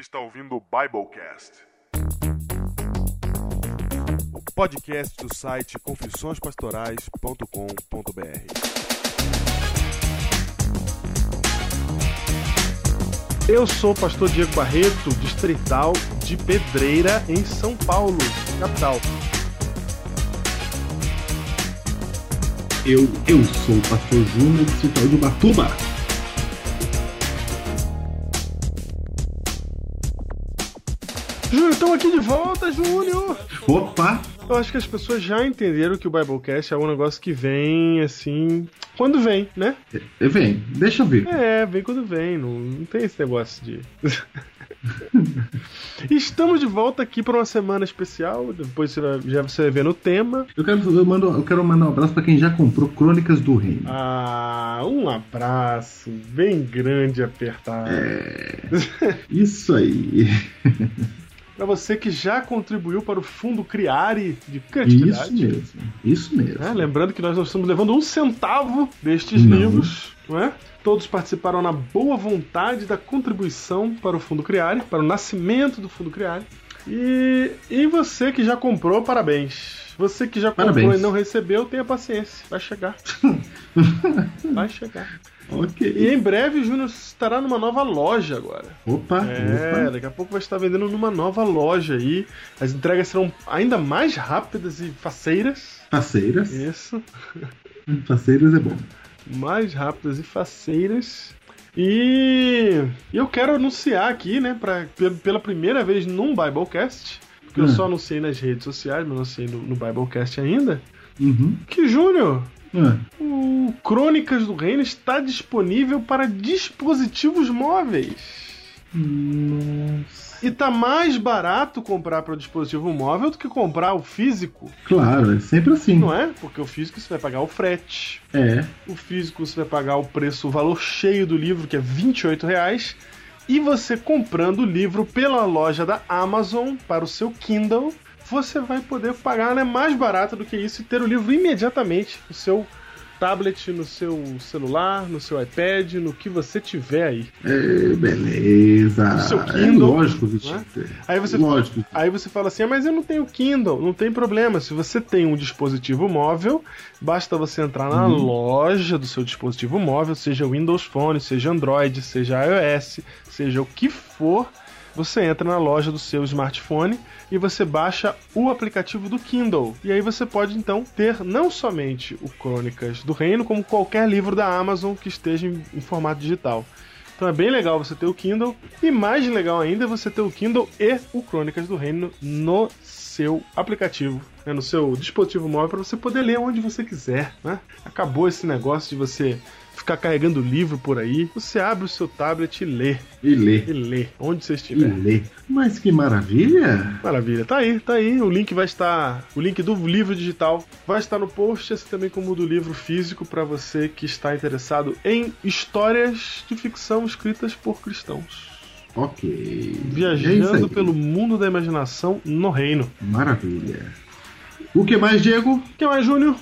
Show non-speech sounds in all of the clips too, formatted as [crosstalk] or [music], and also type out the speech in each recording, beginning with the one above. está ouvindo o Biblecast. O podcast do site confissõespastorais.com.br. Eu sou o pastor Diego Barreto, distrital de Pedreira, em São Paulo, capital. Eu, eu sou o pastor Júnior, distrital de Ubatuba. Júnior, estamos Hum, aqui de volta, Júnior! Opa! Eu acho que as pessoas já entenderam que o Biblecast é um negócio que vem, assim... Quando vem, né? Eh, Vem, deixa eu ver. É, vem quando vem, não, não tem esse negócio de... [laughs] Estamos de volta aqui para uma semana especial, depois você vai- já você vai ver no tema. Eu quero, eu, mando, eu quero mandar um abraço pra quem já comprou Crônicas do Reino. Ah, um abraço bem grande e apertado. Isso aí. Pra você que já contribuiu para o fundo Criare de [laughs] Isso criatividade. mesmo. Isso mesmo. né? Lembrando que nós não estamos levando um centavo destes Não. livros, não é? Todos participaram na boa vontade da contribuição para o Fundo Criare, para o nascimento do Fundo Criare. E, e você que já comprou, parabéns. Você que já comprou Parabéns. e não recebeu, tenha paciência. [laughs] Vai chegar. Vai chegar. E Ok. em breve o Júnior estará numa nova loja agora. Opa, É, opa. daqui a pouco vai estar vendendo numa nova loja aí. As entregas serão ainda mais rápidas e faceiras. Faceiras. Isso, Faceiras é bom. mais rápidas e faceiras. E eu quero anunciar aqui, né, pra, pe- pela primeira vez num Biblecast, porque eu Hum. só anunciei nas redes sociais, mas não anunciei no, no Biblecast ainda, Uhum. que Júnior, Ah, o Crônicas do Reino está disponível para dispositivos móveis. Nossa. E tá mais barato comprar para o dispositivo móvel do que comprar o físico, Claro, é sempre assim. não é? Porque o físico você vai pagar o frete. É. O físico você vai pagar o preço, o valor cheio do livro, que é R$ 28 reais. E você comprando o livro pela loja da Amazon para o seu Kindle, você vai poder pagar né, mais barato do que isso e ter o livro imediatamente no seu tablet, no seu celular, no seu iPad, no que você tiver aí. É, beleza. O seu é Kindle, lógico, né? Vitinho. Aí você Lógico. Aí você fala assim, "Ah, mas eu não tenho Kindle. Não tem problema. Se você tem um dispositivo móvel, basta você entrar na Uhum. loja do seu dispositivo móvel, seja Windows Phone, seja Android, seja iOS, seja o que for. Você entra na loja do seu smartphone e você baixa o aplicativo do Kindle. E aí você pode então ter não somente o Crônicas do Reino, como qualquer livro da Amazon que esteja em- em formato digital. Então é bem legal você ter o Kindle. E mais legal ainda é você ter o Kindle e o Crônicas do Reino no seu aplicativo, né, no seu dispositivo móvel, para você poder ler onde você quiser. Né? Acabou esse negócio de você ficar carregando livro por aí. Você abre o seu tablet e lê, E lê. e lê, onde você E estiver. lê. Mas que maravilha. Maravilha, tá aí, tá aí. O link vai estar. O link do livro digital vai estar no post, assim também como o do livro físico, para você que está interessado em histórias de ficção escritas por cristãos. Ok. É isso Viajando aí. pelo mundo da imaginação no reino. Maravilha. O que mais, Diego? O que mais, Júnior?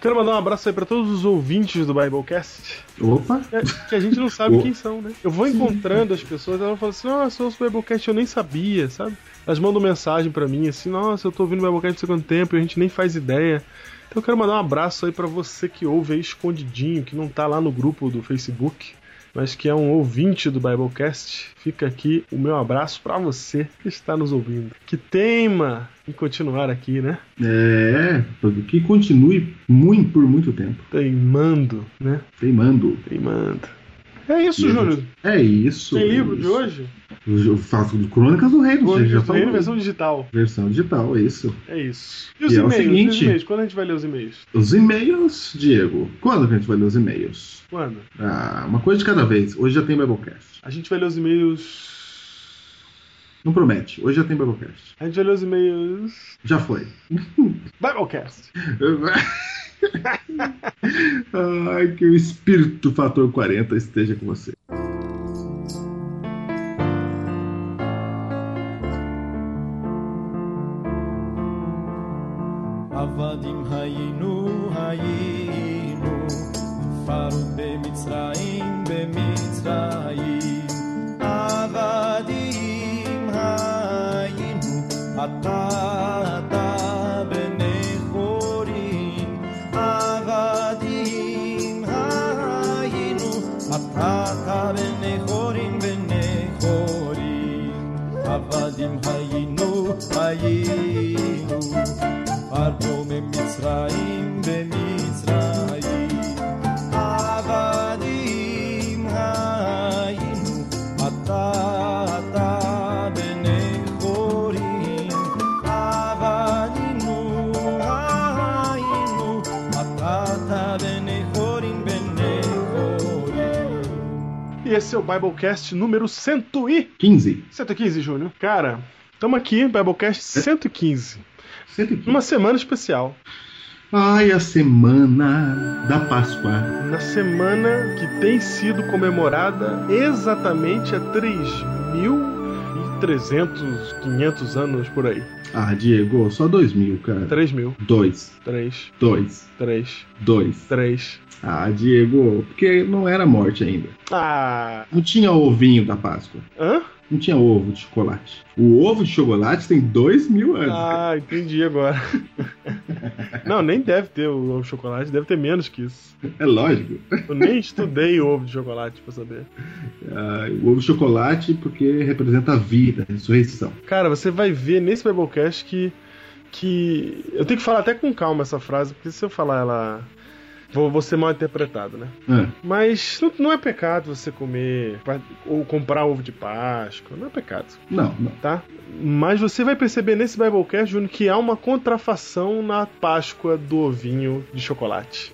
Quero mandar um abraço aí pra todos os ouvintes do Biblecast, Opa. que- que a gente não sabe [laughs] Boa. quem são, né? Eu vou encontrando as pessoas, elas falam assim, nossa, eu ouço o Biblecast, eu nem sabia, sabe? Elas mandam mensagem pra mim, assim, nossa, eu tô ouvindo o Biblecast não sei quanto tempo e a gente nem faz ideia. Então eu quero mandar um abraço aí pra você que ouve aí escondidinho, que não tá lá no grupo do Facebook, mas que é um ouvinte do Biblecast. Fica aqui o meu abraço pra você que está nos ouvindo. Que teima em continuar aqui, né? É, que continue muito por muito tempo. Teimando, né? Teimando. Teimando. É isso, E a Júlio. É isso. Tem livro de Isso. hoje? Eu faço do Crônicas do Reino. você já Crônicas do falou. Reino, versão digital. Versão digital, é isso. É isso. E os E é o e-mails? e os seguinte- e-mails? Quando a gente vai ler os e-mails? Os e-mails, Diego. Quando que a gente vai ler os e-mails? Quando? Ah, uma coisa de cada vez. Hoje já tem Biblecast. A gente vai ler os e-mails. Não promete. Hoje já tem Biblecast. A gente vai ler os e-mails. Já foi. Biblecast. Ai, que o espírito fator 40 esteja com você. עבדים היינו, היינו, פרוד במצרים, במצרים. עבדים הפרטה בנכורים בנכורים, עבדים היינו היינו, פרדו ממצרים במצרים, עבדים היינו, אתה אתה בנכורים, עבדינו היינו, אתה אתה בנכורים בנכורים. E esse é o Biblecast número 100 15. 115, Júnior. Cara, estamos aqui, Biblecast É. 115. 115. Uma semana especial. Ai, a semana da Páscoa. Na semana que tem sido comemorada exatamente há 3.300, 500 anos por aí. Ah, Diego, só dois mil, cara. 3.000, Dois. 3, Dois. 3, Dois. 3. Ah, Diego, porque não era morte ainda. Ah, Não tinha ovinho da Páscoa. hã? Não tinha ovo de chocolate. O ovo de chocolate tem dois mil anos. cara. Ah, entendi agora. Não, nem deve ter o ovo de chocolate, deve ter menos que isso. É lógico. Eu nem estudei o ovo de chocolate pra saber. Ah, o ovo de chocolate porque representa a vida, a ressurreição. Cara, você vai ver nesse Biblecast que. que. Eu tenho que falar até com calma essa frase, porque se eu falar ela. Vou, vou ser mal interpretado, né? Ah, Mas não, não é pecado você comer pa- ou comprar ovo de Páscoa, não é pecado, não, não. tá? Mas você vai perceber nesse Biblecast, Júnior, que há uma contrafação na Páscoa do ovinho de chocolate.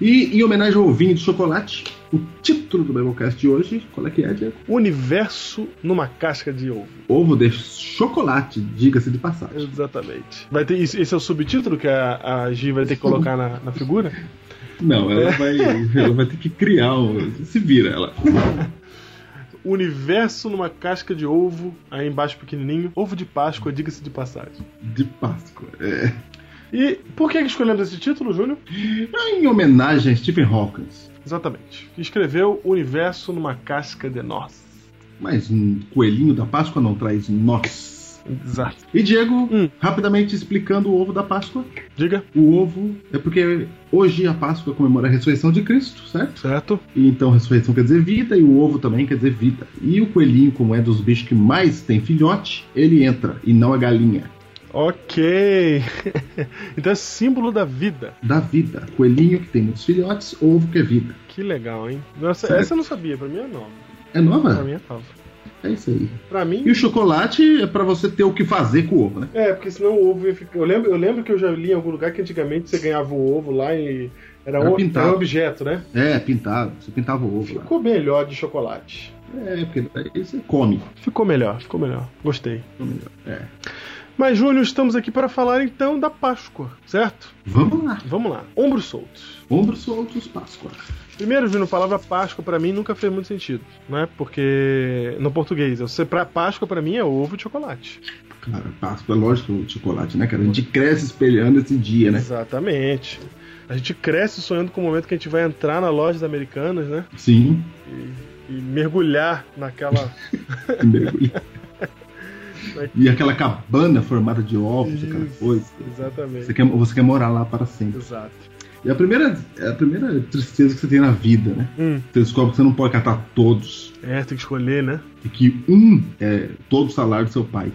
E em homenagem ao ovinho de chocolate, o título do Biblecast de hoje, qual é que é, Diego? Universo numa casca de ovo. Ovo de chocolate, diga-se de passagem. Exatamente. Vai ter, isso- esse é o subtítulo que a, a Gi vai ter que colocar na, na figura? Não, ela vai, ela vai ter que criar um. Se vira ela. Universo numa casca de ovo, aí embaixo pequenininho. Ovo de Páscoa, diga-se de passagem. De Páscoa. É. E por que que escolhemos esse título, Júnior? Tá Em homenagem a Stephen Hawking. Exatamente. Que Escreveu Universo numa casca de nós. Mas um coelhinho da Páscoa não traz nós. Exato. E Diego, Hum. rapidamente explicando o ovo da Páscoa. Diga. O ovo é porque hoje a Páscoa comemora a ressurreição de Cristo, certo? Certo? E então ressurreição quer dizer vida e o ovo também quer dizer vida. E o coelhinho, como é dos bichos que mais tem filhote, ele entra e não a galinha. Ok. [laughs] então é símbolo da vida. Da vida. Coelhinho que tem muitos filhotes, ovo que é vida. Que legal, hein? Nossa, Certo. essa eu não sabia. Pra mim é nova. É Pra nova? mim é nova. É isso aí. Pra mim, E o chocolate é pra você ter o que fazer com o ovo, né? É, porque senão o ovo ia ficar. Eu lembro, eu lembro que eu já li em algum lugar que antigamente você ganhava o ovo lá e. Era, Era um, pintado. era um objeto, né? É, pintava. Você pintava o ovo lá. Ficou melhor de chocolate. É, porque daí você come. Ficou melhor, ficou melhor. Gostei. É. Mas, Júnior, estamos aqui para falar então da Páscoa, certo? Vamos lá. Vamos lá. Ombros soltos. Ombros soltos, Páscoa. Primeiro, Júnior, a palavra Páscoa para mim nunca fez muito sentido, né? Porque no português, eu sei, pra Páscoa para mim é ovo de chocolate. Cara, Páscoa é lógico o chocolate, né, cara? A gente cresce espelhando esse dia, né? Exatamente. A gente cresce sonhando com o momento que a gente vai entrar na loja das americanas, né? Sim. e mergulhar naquela. mergulho. e aquela cabana formada de ovos, aquela Isso, coisa. Você Exatamente. quer, você quer morar lá para sempre. Exato. E a primeira, é a primeira tristeza que você tem na vida, né? Hum. Você descobre que você não pode catar todos. É, tem que escolher, né? E que um é todo o salário do seu pai.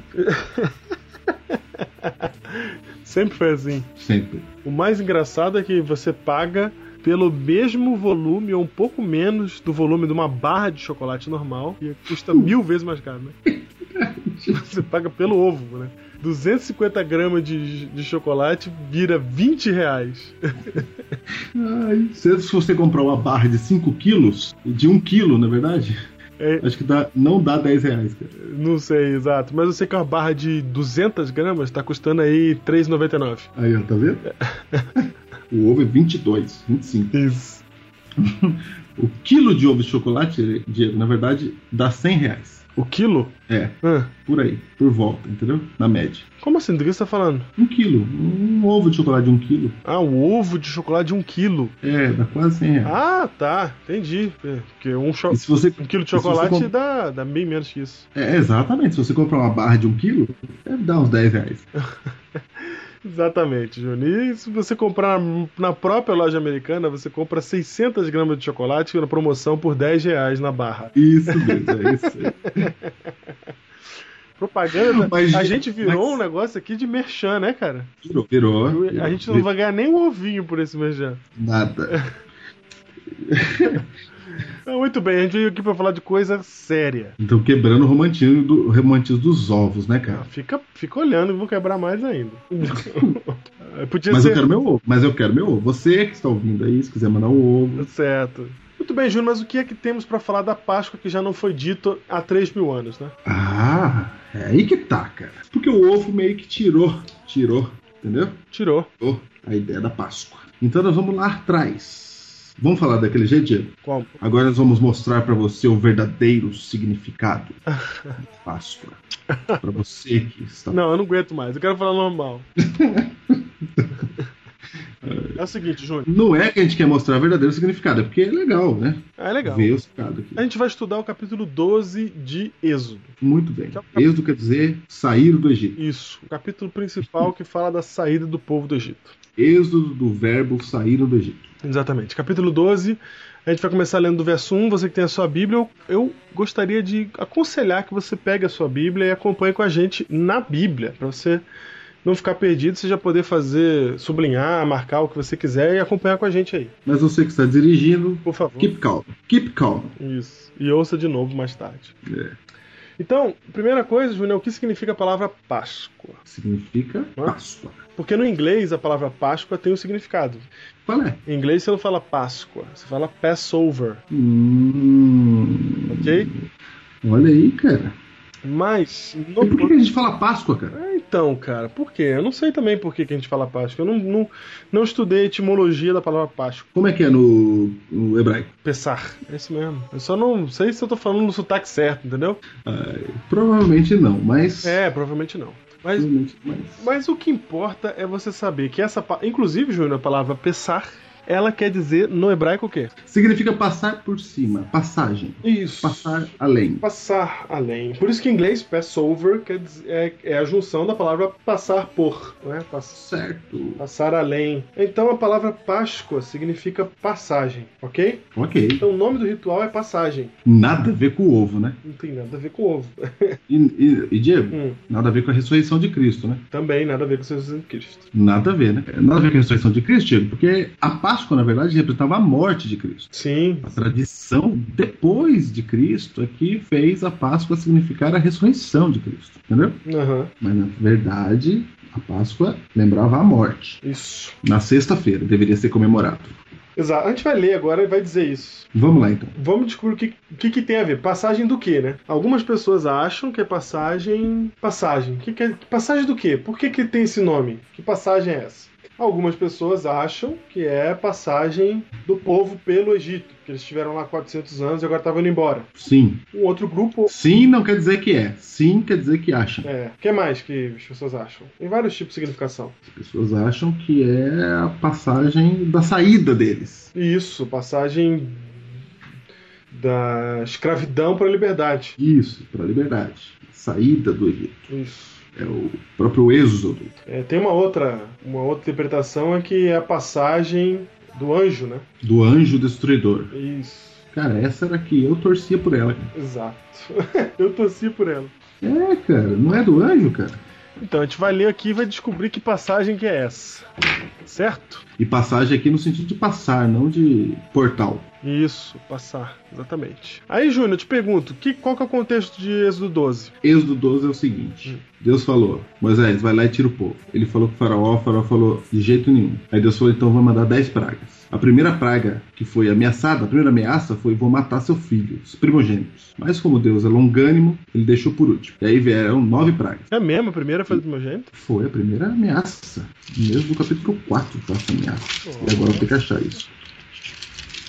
Sempre foi assim. Sempre. O mais engraçado é que você paga pelo mesmo volume ou um pouco menos do volume de uma barra de chocolate normal e custa mil vezes mais caro, [laughs] né? Você paga pelo ovo, né? 250 gramas de, de chocolate vira 20 reais. Ai, se se você comprar uma barra de 5 quilos, de 1 quilo, na verdade, É. acho que dá, não dá 10 reais, cara. Não sei exato, mas eu sei que uma barra de 200 gramas tá custando aí 3,99. Aí, ó, tá [laughs] vendo? o ovo é 22, 25. Isso. O quilo de ovo de chocolate, Diego, na verdade, dá 100 reais. O quilo? É, Ah, por aí, por volta, entendeu? Na média. como assim? Do que você tá falando? Um quilo, um ovo de chocolate de um quilo, Ah, um ovo de chocolate de um quilo. é, dá quase 100 reais. Ah, tá. Entendi. É, Porque um, cho- E se você... um quilo de se você chocolate comp- dá, dá bem menos que isso. É, exatamente, se você comprar uma barra de um quilo, deve dar uns 10 reais. Exatamente, Juni. E se você comprar na- na própria loja americana, você compra 600 gramas de chocolate na promoção por 10 reais na barra. Isso mesmo, é isso aí. Propaganda. Mas, a gente virou mas- um negócio aqui de merchan, né, cara? Virou, virou. A gente não vai ganhar nem um ovinho por esse merchan. Nada. Ah, Muito bem, a gente veio aqui pra falar de coisa séria. Então, quebrando o romantismo, do, o romantismo dos ovos, né, Ah, cara? Fica, fica olhando, vou quebrar mais ainda. [laughs] É, Podia Mas eu ser. quero meu ovo. Mas eu quero meu ovo. Você que está ouvindo aí, se quiser mandar o ovo. Certo. Muito bem, Júnior, mas o que é que temos pra falar da Páscoa que já não foi dito há 3 mil anos, né? Ah, é aí que tá, cara. Porque o ovo meio que tirou. Tirou, entendeu? Tirou. Tirou a ideia da Páscoa. Então nós vamos lá atrás. Vamos falar daquele jeito, Diego? Como? Agora nós vamos mostrar para você o verdadeiro significado da [laughs] Páscoa. Para você que está. Não, eu não aguento mais, eu quero falar normal. é o seguinte, Júnior. Não é que a gente quer mostrar o verdadeiro significado, é porque é legal, né? Ah, é legal. Ver o significado aqui. A gente vai estudar o capítulo 12 de Êxodo. Muito bem. Êxodo quer dizer sair do Egito. Isso, o capítulo principal que fala da saída do povo do Egito. Êxodo do verbo sair do Egito. Exatamente. Capítulo 12. A gente vai começar lendo do verso 1. Você que tem a sua Bíblia, eu, eu gostaria de aconselhar que você pegue a sua Bíblia e acompanhe com a gente na Bíblia, para você não ficar perdido, você já poder fazer, sublinhar, marcar o que você quiser e acompanhar com a gente aí. Mas você que está dirigindo, Por favor. keep calm. Keep calm. Isso. E ouça de novo mais tarde. Então, primeira coisa, Júnior, o que significa a palavra Páscoa? Significa Páscoa. Porque no inglês a palavra Páscoa tem um significado. Qual é? Em inglês você não fala Páscoa, você fala Passover, Hum, ok? olha aí, cara. Mas E por que no- [laughs] que a gente fala Páscoa, cara? Ah, Então, cara, por quê? Eu não sei também por que, que a gente fala Páscoa. Eu não, não, não estudei a etimologia da palavra Páscoa. Como é que é no, no hebraico? Pensar. É isso mesmo. Eu só não sei se eu tô falando no sotaque certo, entendeu? Provavelmente não, mas. É, provavelmente não. Mas, Provavelmente, mas... mas o que importa é você saber que essa. pa- Inclusive, Júnior, a palavra pensar, ela quer dizer no hebraico o quê? Significa passar por cima, passagem, Isso. passar além. Passar além. Por isso que em inglês Passover quer dizer- é, é a junção da palavra passar por, né? Pass- Certo. Passar além. Então a palavra Páscoa significa passagem, ok? Ok. Então o nome do ritual é passagem. Nada a ver com o ovo, né? Não tem nada a ver com ovo. [laughs] E, e- e, Diego, Hum, nada a ver com a ressurreição de Cristo, né? também nada a ver com Jesus Cristo. Nada a ver, né? Nada a ver com a ressurreição de Cristo, Diego, porque a Páscoa, na verdade, representava a morte de Cristo. Sim. A tradição depois de Cristo é que fez a Páscoa significar a ressurreição de Cristo, entendeu? Aham. Mas na verdade, a Páscoa lembrava a morte. Isso. Na sexta-feira deveria ser comemorado. Exato. A gente vai ler agora e vai dizer isso. Vamos lá então. Vamos descobrir o que, o que, que tem a ver. Passagem do quê, né? Algumas pessoas acham que é passagem. Passagem. Que que é- Passagem do quê? Por que, que tem esse nome? Que passagem é essa? Algumas pessoas acham que é passagem do povo pelo Egito, que eles estiveram lá 400 anos e agora estavam indo embora. Sim. Um outro grupo Sim não quer dizer que é. Sim quer dizer que acha. É, o que mais que as pessoas acham? Tem vários tipos de significação. As pessoas acham que é a passagem da saída deles. Isso, passagem da escravidão para a liberdade. Isso, para a liberdade. Saída do Egito. Isso. É o próprio êxodo. É, tem uma outra, uma outra interpretação é que é a passagem do anjo, né? Do anjo destruidor. Isso. Cara, essa era que eu torcia por ela. cara. Exato. [laughs] Eu torci por ela. É, cara, não é do anjo, cara. Então, a gente vai ler aqui e vai descobrir que passagem que é essa. Certo? E passagem aqui no sentido de passar, não de portal. Isso, passar, exatamente. Aí, Júnior, eu te pergunto, que, qual que é o contexto de Êxodo 12? Êxodo 12 é o seguinte: Deus falou, Moisés, vai lá e tira o povo. Ele falou com o faraó, o faraó falou, de jeito nenhum. Aí Deus falou, então vai mandar 10 pragas. A primeira praga que foi ameaçada, a primeira ameaça foi: vou matar seu filho, os primogênitos. Mas como Deus é longânimo, ele deixou por último. E aí vieram nove pragas. É mesmo? A primeira foi do meu jeito? Foi a primeira ameaça. Mesmo do capítulo 4 foi essa ameaça. E agora eu vou ter que achar isso.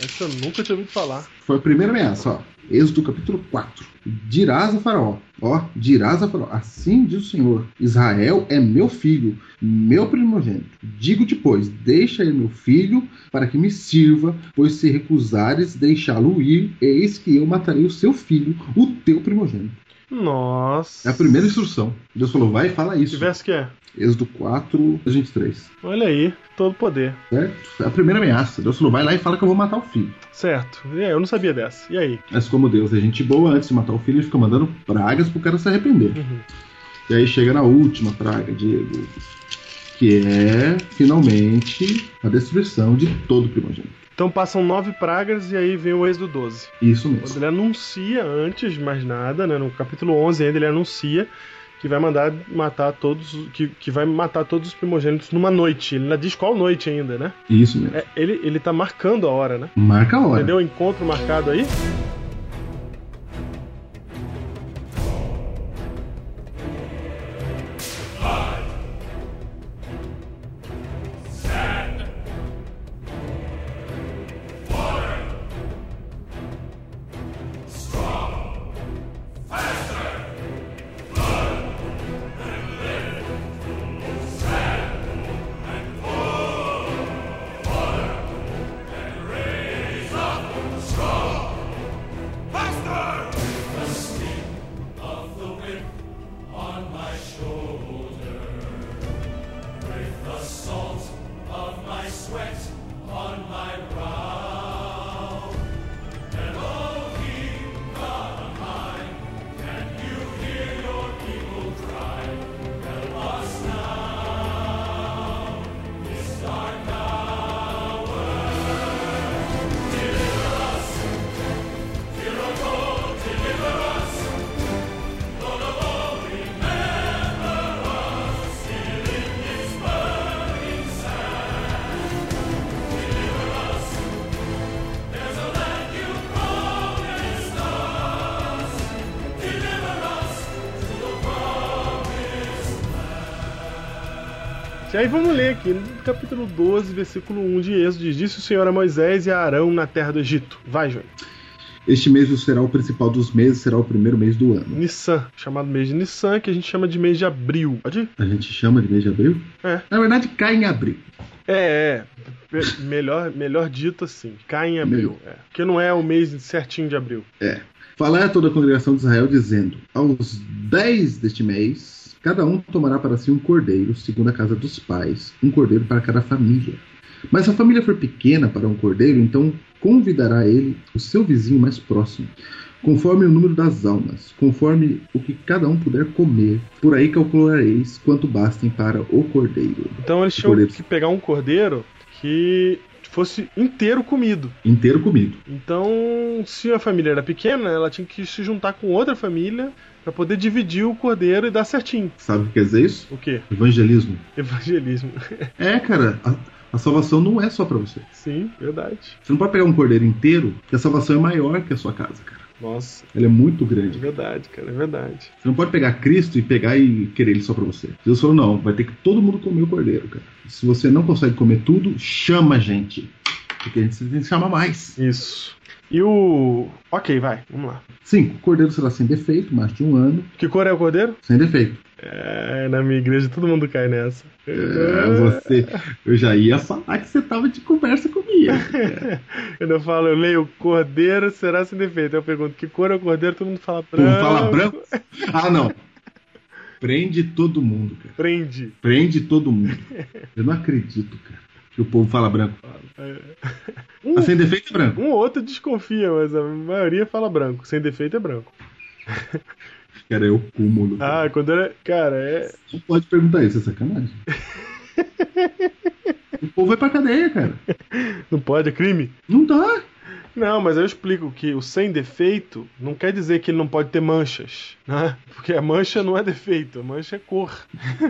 Essa eu nunca tinha ouvido falar. Foi a primeira ameaça, ó. Êxodo capítulo 4. Dirás a faraó, ó, dirás a faraó, assim diz o Senhor, Israel é meu filho, meu primogênito. Digo depois, deixa aí meu filho para que me sirva, pois se recusares deixá-lo ir, eis que eu matarei o seu filho, o teu primogênito. Nossa. É a primeira instrução. Deus falou, vai e fala Se isso. tivesse que é. Êxodo 4, 23. Olha aí, todo poder. Certo? É a primeira ameaça. Deus falou, vai lá e fala que eu vou matar o filho. Certo. E aí, eu não sabia dessa. E aí? Mas como Deus é gente boa, antes de matar o filho, ele fica mandando pragas pro cara se arrepender. E aí chega na última praga, Diego. Que é, finalmente, a destruição de todo o primogênito. Então passam nove pragas e aí vem o êxodo 12. Isso Quando mesmo. ele anuncia, antes de mais nada, né, no capítulo 11 ainda, ele anuncia que vai mandar matar todos, que, que vai matar todos os primogênitos numa noite. Ele ainda diz qual noite ainda, né? Isso mesmo. É, ele, ele tá marcando a hora, né? Marca a hora. Entendeu o encontro marcado aí? oh, E aí vamos ler aqui, no capítulo 12, versículo 1 de Êxodo, diz, disse o Senhor a Moisés e a Arão na terra do Egito. Vai, Júnior. Este mês será o principal dos meses, será o primeiro mês do ano. Nissan, chamado mês de Nissan, que a gente chama de mês de abril. Pode ir? A gente chama de mês de abril? É. Na verdade, cai em abril. É, é. Pe- Melhor, melhor dito assim, cai em abril. É. Porque não é o mês certinho de abril. Falar a toda a congregação de Israel, dizendo: Aos dez deste mês, cada um tomará para si um cordeiro, segundo a casa dos pais, um cordeiro para cada família. Mas se a família for pequena para um cordeiro, então convidará ele o seu vizinho mais próximo, conforme o número das almas, conforme o que cada um puder comer. Por aí calculareis quanto bastem para o cordeiro. Então eles tinham Cordeiro. que pegar um cordeiro que fosse inteiro comido. Inteiro comido. Então, se a família era pequena, ela tinha que se juntar com outra família pra poder dividir o cordeiro e dar certinho. Sabe o que quer dizer isso? O quê? [laughs] Evangelismo. Evangelismo. É, cara, a, a salvação não é só para você. Sim, verdade. Você não pode pegar um cordeiro inteiro, porque a salvação é maior que a sua casa, cara. Nossa, Ela é muito é grande. verdade, cara, é verdade. Você não pode pegar Cristo e pegar e querer ele só pra você. Deus falou, não, vai ter que todo mundo comer o cordeiro, cara. Se você não consegue comer tudo, chama a gente. Porque a gente tem que chamar mais. Isso. E o. Ok, vai, vamos lá. 5. O cordeiro será sem defeito, mais de um ano, Que cor é o cordeiro? sem defeito. É, na minha igreja todo mundo cai nessa. É, você. Eu já ia falar que você tava de conversa comigo. Quando eu falo, eu leio cordeiro será sem defeito. Eu pergunto, que cor é o cordeiro? Todo mundo fala Pô, branco. fala branco? Ah, não. Prende todo mundo, cara. Prende. Prende todo mundo. Eu não acredito, cara, que o povo fala branco. Um, Tá sem defeito branco. um outro desconfia, mas a maioria fala branco. Sem defeito é branco. Cara, é o cúmulo. Ah, cara. quando era. Cara, é. Não pode perguntar isso, é [laughs] sacanagem. o povo vai pra cadeia, cara. Não pode, é crime. Não dá. Não, mas eu explico que o sem defeito não quer dizer que ele não pode ter manchas, né? Porque a mancha não é defeito, a mancha é cor.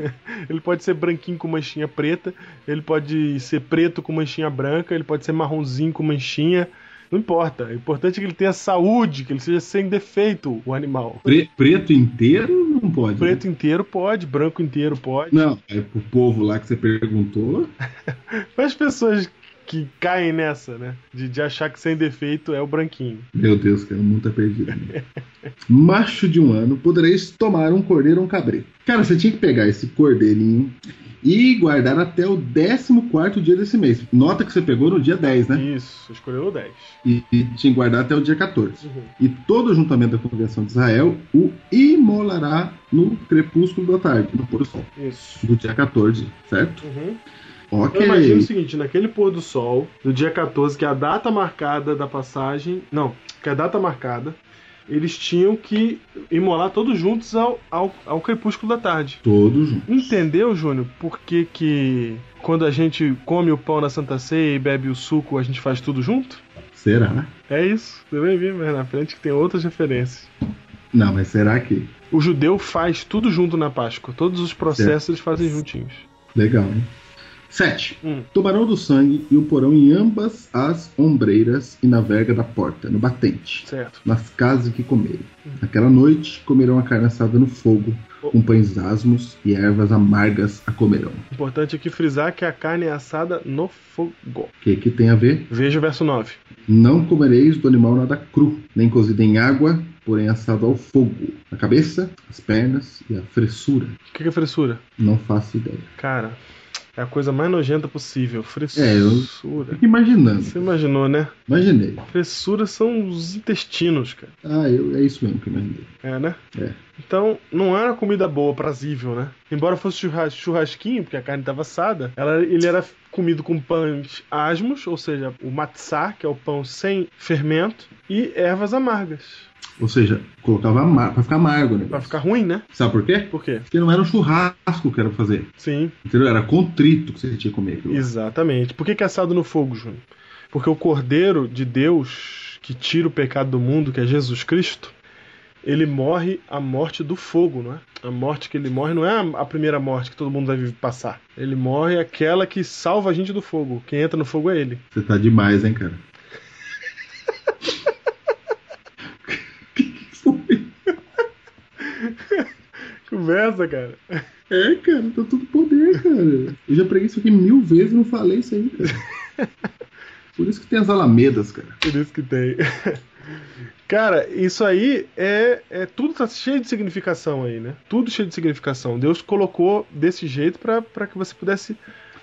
[laughs] ele pode ser branquinho com manchinha preta, ele pode ser preto com manchinha branca, ele pode ser marronzinho com manchinha. Não importa. O importante é que ele tenha saúde, que ele seja sem defeito, o animal. Pre- preto inteiro não pode. né? Preto inteiro pode, branco inteiro pode. Não, é pro povo lá que você perguntou. Mas as pessoas que caem nessa, né? De, de achar que sem defeito é o branquinho. Meu Deus, cara, o mundo tá perdido. né? Macho de um ano, podereis tomar um cordeiro ou um cabrito. Cara, você tinha que pegar esse cordeirinho e guardar até o 14 dia desse mês. Nota que você pegou no dia 10, né? Isso, escolheu o 10. E, e tinha que guardar até o dia 14. Uhum. E todo o juntamento da congregação de Israel o imolará no crepúsculo da tarde, no pôr do sol, Isso. do dia 14, certo? Uhum. Eu Ok. imagino o seguinte, naquele pôr do sol, no dia 14, que é a data marcada da passagem. Não, que é a data marcada, eles tinham que imolar todos juntos ao, ao, ao crepúsculo da tarde. Todo junto. Entendeu, Júnior, por que, que quando a gente come o pão na Santa Ceia e bebe o suco, a gente faz tudo junto? Será? É isso. Você vai ver mais na frente que tem outras referências. Não, mas será que? O judeu faz tudo junto na Páscoa. Todos os processos eles fazem juntinhos. Legal, hein? 7. Hum. Tomarão do sangue e o porão em ambas as ombreiras e na verga da porta, no batente, Certo. nas casas que comerem. Hum. Naquela noite comerão a carne assada no fogo, Oh. com pães asmos e ervas amargas a comerão. Importante aqui frisar que a carne é assada no fogo. O que, que tem a ver? Veja o verso 9. Não comereis do animal nada cru, nem cozido em água, porém assado ao fogo. A cabeça, as pernas e a fressura. O que que é fressura? Não faço ideia. Cara, é a coisa mais nojenta possível. É, eu- Fressura. Fico imaginando, Você imaginou, né? imaginei. Fressuras são os intestinos, cara. Ah, eu, é isso mesmo que eu imaginei. É, né? É. Então, não era comida boa, prazível, né? Embora fosse churras- churrasquinho, porque a carne estava assada, ela, ele era comido com pães asmos, ou seja, o matzá, que é o pão sem fermento, e ervas amargas. Ou seja, colocava amar pra ficar amargo, né? Pra ficar ruim, né? Sabe por quê? Por quê? Porque não era um churrasco que era pra fazer. Sim, Entendeu? Era contrito que você tinha que comer aquilo. exatamente. Por que, que é assado no fogo, Júnior? Porque o Cordeiro de Deus, que tira o pecado do mundo, que é Jesus Cristo, ele morre a morte do fogo, não é? A morte que ele morre não é a- a primeira morte que todo mundo vai viver- passar. Ele morre aquela que salva a gente do fogo. Quem entra no fogo é ele. Você tá demais, hein, [laughs] cara? [laughs] que que foi? Conversa, cara. É, cara, tá tudo poder, cara. Eu já preguei isso aqui mil vezes e não falei isso aí, cara. Por isso que tem as alamedas, cara. Por isso que tem. [laughs] Cara, isso aí é, é. Tudo tá cheio de significação aí, né? Tudo cheio de significação. Deus colocou desse jeito pra- pra que você pudesse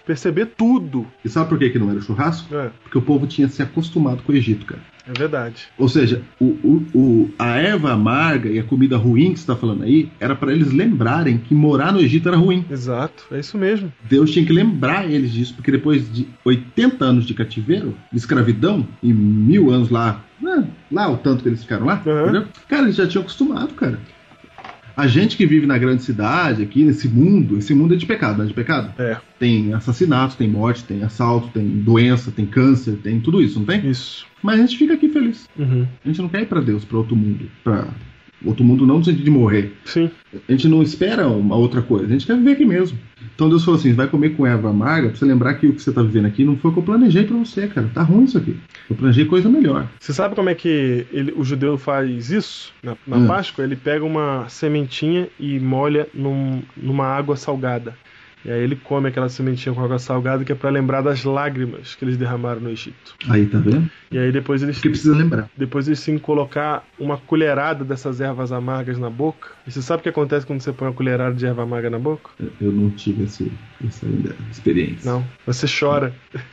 perceber tudo. E sabe por que, que não era churrasco? É, Porque o povo tinha se acostumado com o Egito, cara. é verdade. Ou seja, o, o- o- a erva amarga e a comida ruim que você está falando aí era para eles lembrarem que morar no Egito era ruim. Exato, é isso mesmo. Deus tinha que lembrar eles disso, porque depois de 80 anos de cativeiro, de escravidão, e mil anos lá, né, lá o tanto que eles ficaram lá, Uhum. entendeu? cara, eles já tinham acostumado, cara. A gente que vive na grande cidade, aqui nesse mundo, esse mundo é de pecado, não é de pecado? É, Tem assassinato, tem morte, tem assalto, tem doença, tem câncer, tem tudo isso, não tem? isso. Mas a gente fica aqui feliz. Uhum. A gente não quer ir pra Deus, pra outro mundo. Pra outro mundo não no sentido de morrer. Sim, A gente não espera uma outra coisa. A gente quer viver aqui mesmo. Então Deus falou assim: vai comer com erva amarga pra você lembrar que o que você tá vivendo aqui não foi o que eu planejei pra você, cara. Tá ruim isso aqui. Eu planejei coisa melhor. Você sabe como é que ele- o judeu faz isso na, na Hum. Páscoa? Ele pega uma sementinha e molha num- numa água salgada. E aí ele come aquela sementinha com água salgada que é pra lembrar das lágrimas que eles derramaram no Egito. Aí, tá vendo? E aí depois eles Porque precisa lembrar. depois eles têm que colocar uma colherada dessas ervas amargas na boca. E você sabe o que acontece quando você põe uma colherada de erva amarga na boca? Eu não tive essa, essa ainda experiência. Não, você chora. [laughs]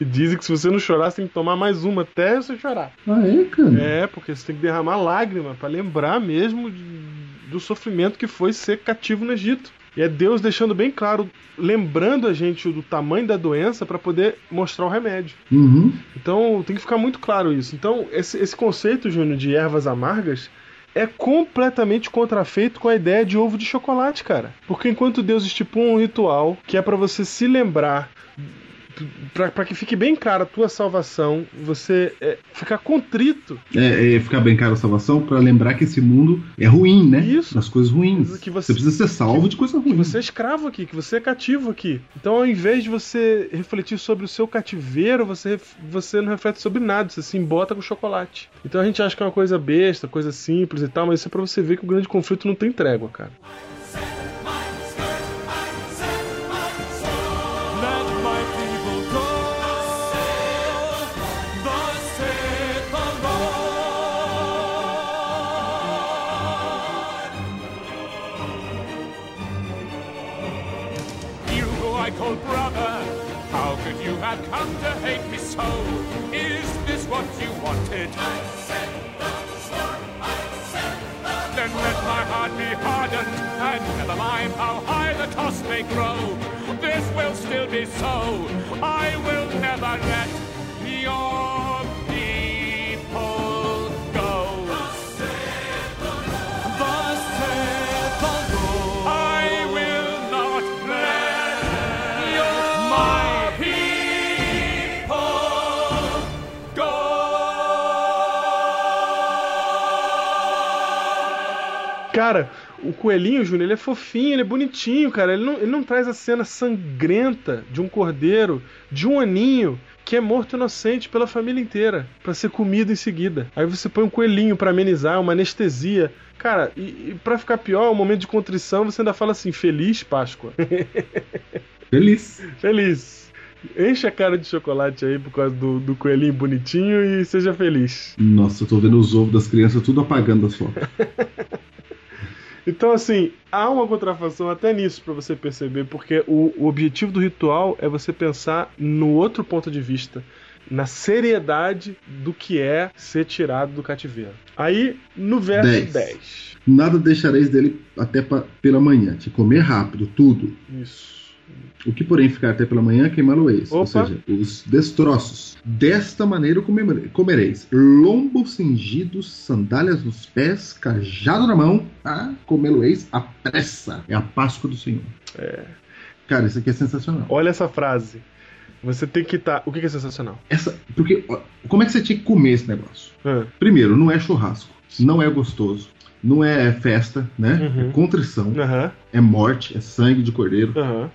E dizem que se você não chorar, você tem que tomar mais uma até você chorar. Ah, é, cara? É, porque você tem que derramar lágrima pra lembrar mesmo de- do sofrimento que foi ser cativo no Egito. E é Deus deixando bem claro, lembrando a gente do tamanho da doença pra poder mostrar o remédio. Uhum. Então tem que ficar muito claro isso. Então, esse, esse conceito, Júnior, de ervas amargas é completamente contrafeito com a ideia de ovo de chocolate, cara. Porque enquanto Deus estipula um ritual que é pra você se lembrar. pra pra que fique bem clara a tua salvação, você é, ficar contrito É, é ficar bem caro a salvação pra lembrar que esse mundo é ruim, né? Isso. As coisas ruins. Que você você- precisa ser salvo de coisa ruim. que você é escravo aqui, que você é cativo aqui. Então, ao invés de você refletir sobre o seu cativeiro, você, ref- você não reflete sobre nada, você se embota com chocolate. Então a gente acha que é uma coisa besta, coisa simples e tal, mas isso é pra você ver que o grande conflito não tem trégua, cara. Let my people go. Thus saith the Lord. faithful brother. How could you have come to hate me so? Is this what you wanted? I said Then let my heart be hardened, and never mind how high the toss may grow. This will still be so. I will never let your people go. Thus saith the Lord. I will not let my people go. Cara, o coelhinho, Júnior, ele é fofinho, ele é bonitinho, cara. Ele não, ele não traz a cena sangrenta de um cordeiro, de um aninho, que é morto inocente pela família inteira, pra ser comido em seguida. Aí você põe um coelhinho pra amenizar, uma anestesia. Cara, e, e pra ficar pior, o momento de contrição, você ainda fala assim: Feliz Páscoa. [laughs] Feliz. feliz. Enche a cara de chocolate aí por causa do, do coelhinho bonitinho e seja feliz. Nossa, eu tô vendo os ovos das crianças tudo apagando as fotos. Então, assim, há uma contrafação até nisso pra você perceber, porque o, o objetivo do ritual é você pensar no outro ponto de vista, na seriedade do que é ser tirado do cativeiro. Aí, no verso Dez. 10. Nada deixareis dele até pa- pela manhã, te comer rápido, tudo. Isso. O que, porém, ficar até pela manhã, queimá-lo-eis. Ou Opa. seja, os destroços. Desta maneira comemore- comereis: lombo cingido, sandálias nos pés, cajado na mão. Ah, comê-lo-eis à pressa. É a Páscoa do Senhor. É. Cara, isso aqui é sensacional. Olha essa frase. Você tem que estar. O que que é sensacional? Essa, porque, ó, como é que você tinha que comer esse negócio? Ah, Primeiro, não é churrasco, não é gostoso, não é festa, né? Uhum. É contrição, Aham, é morte, é sangue de cordeiro. aham,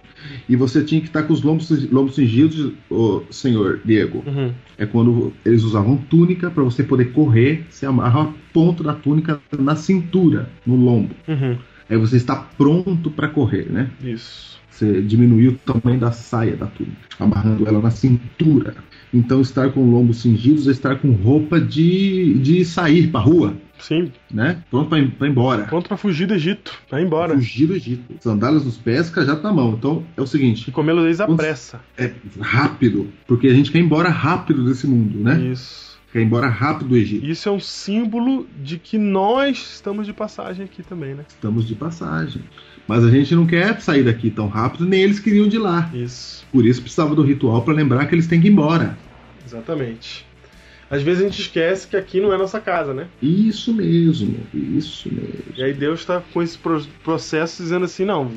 E você tinha que estar com os lombos, lombos cingidos, ô, senhor Diego. uhum. É quando eles usavam túnica para você poder correr, você amarra a ponta da túnica na cintura, no lombo. Uhum. Aí você está pronto para correr, né? Isso. Você diminuiu o tamanho da saia da túnica, amarrando ela na cintura. Então estar com lombos cingidos é estar com roupa de, de sair pra rua, Sim, né? Pronto pra, ir- pra ir embora. ponto pra fugir do Egito. Vai embora. Fugir do Egito. Sandálias nos pés, cajado na mão. Então é o E seguinte, comê-los eles à Vamos- pressa. é rápido, porque a gente quer ir embora rápido desse mundo, né? Isso. Quer ir embora rápido do Egito. Isso é um símbolo de que nós estamos de passagem aqui também, né? Estamos de passagem. Mas a gente não quer sair daqui tão rápido, nem eles queriam de lá. Isso, Por isso precisava do ritual para lembrar que eles têm que ir embora. exatamente. Às vezes a gente esquece que aqui não é nossa casa, né? Isso mesmo, isso mesmo. E aí Deus está com esse pro- processo dizendo assim, não,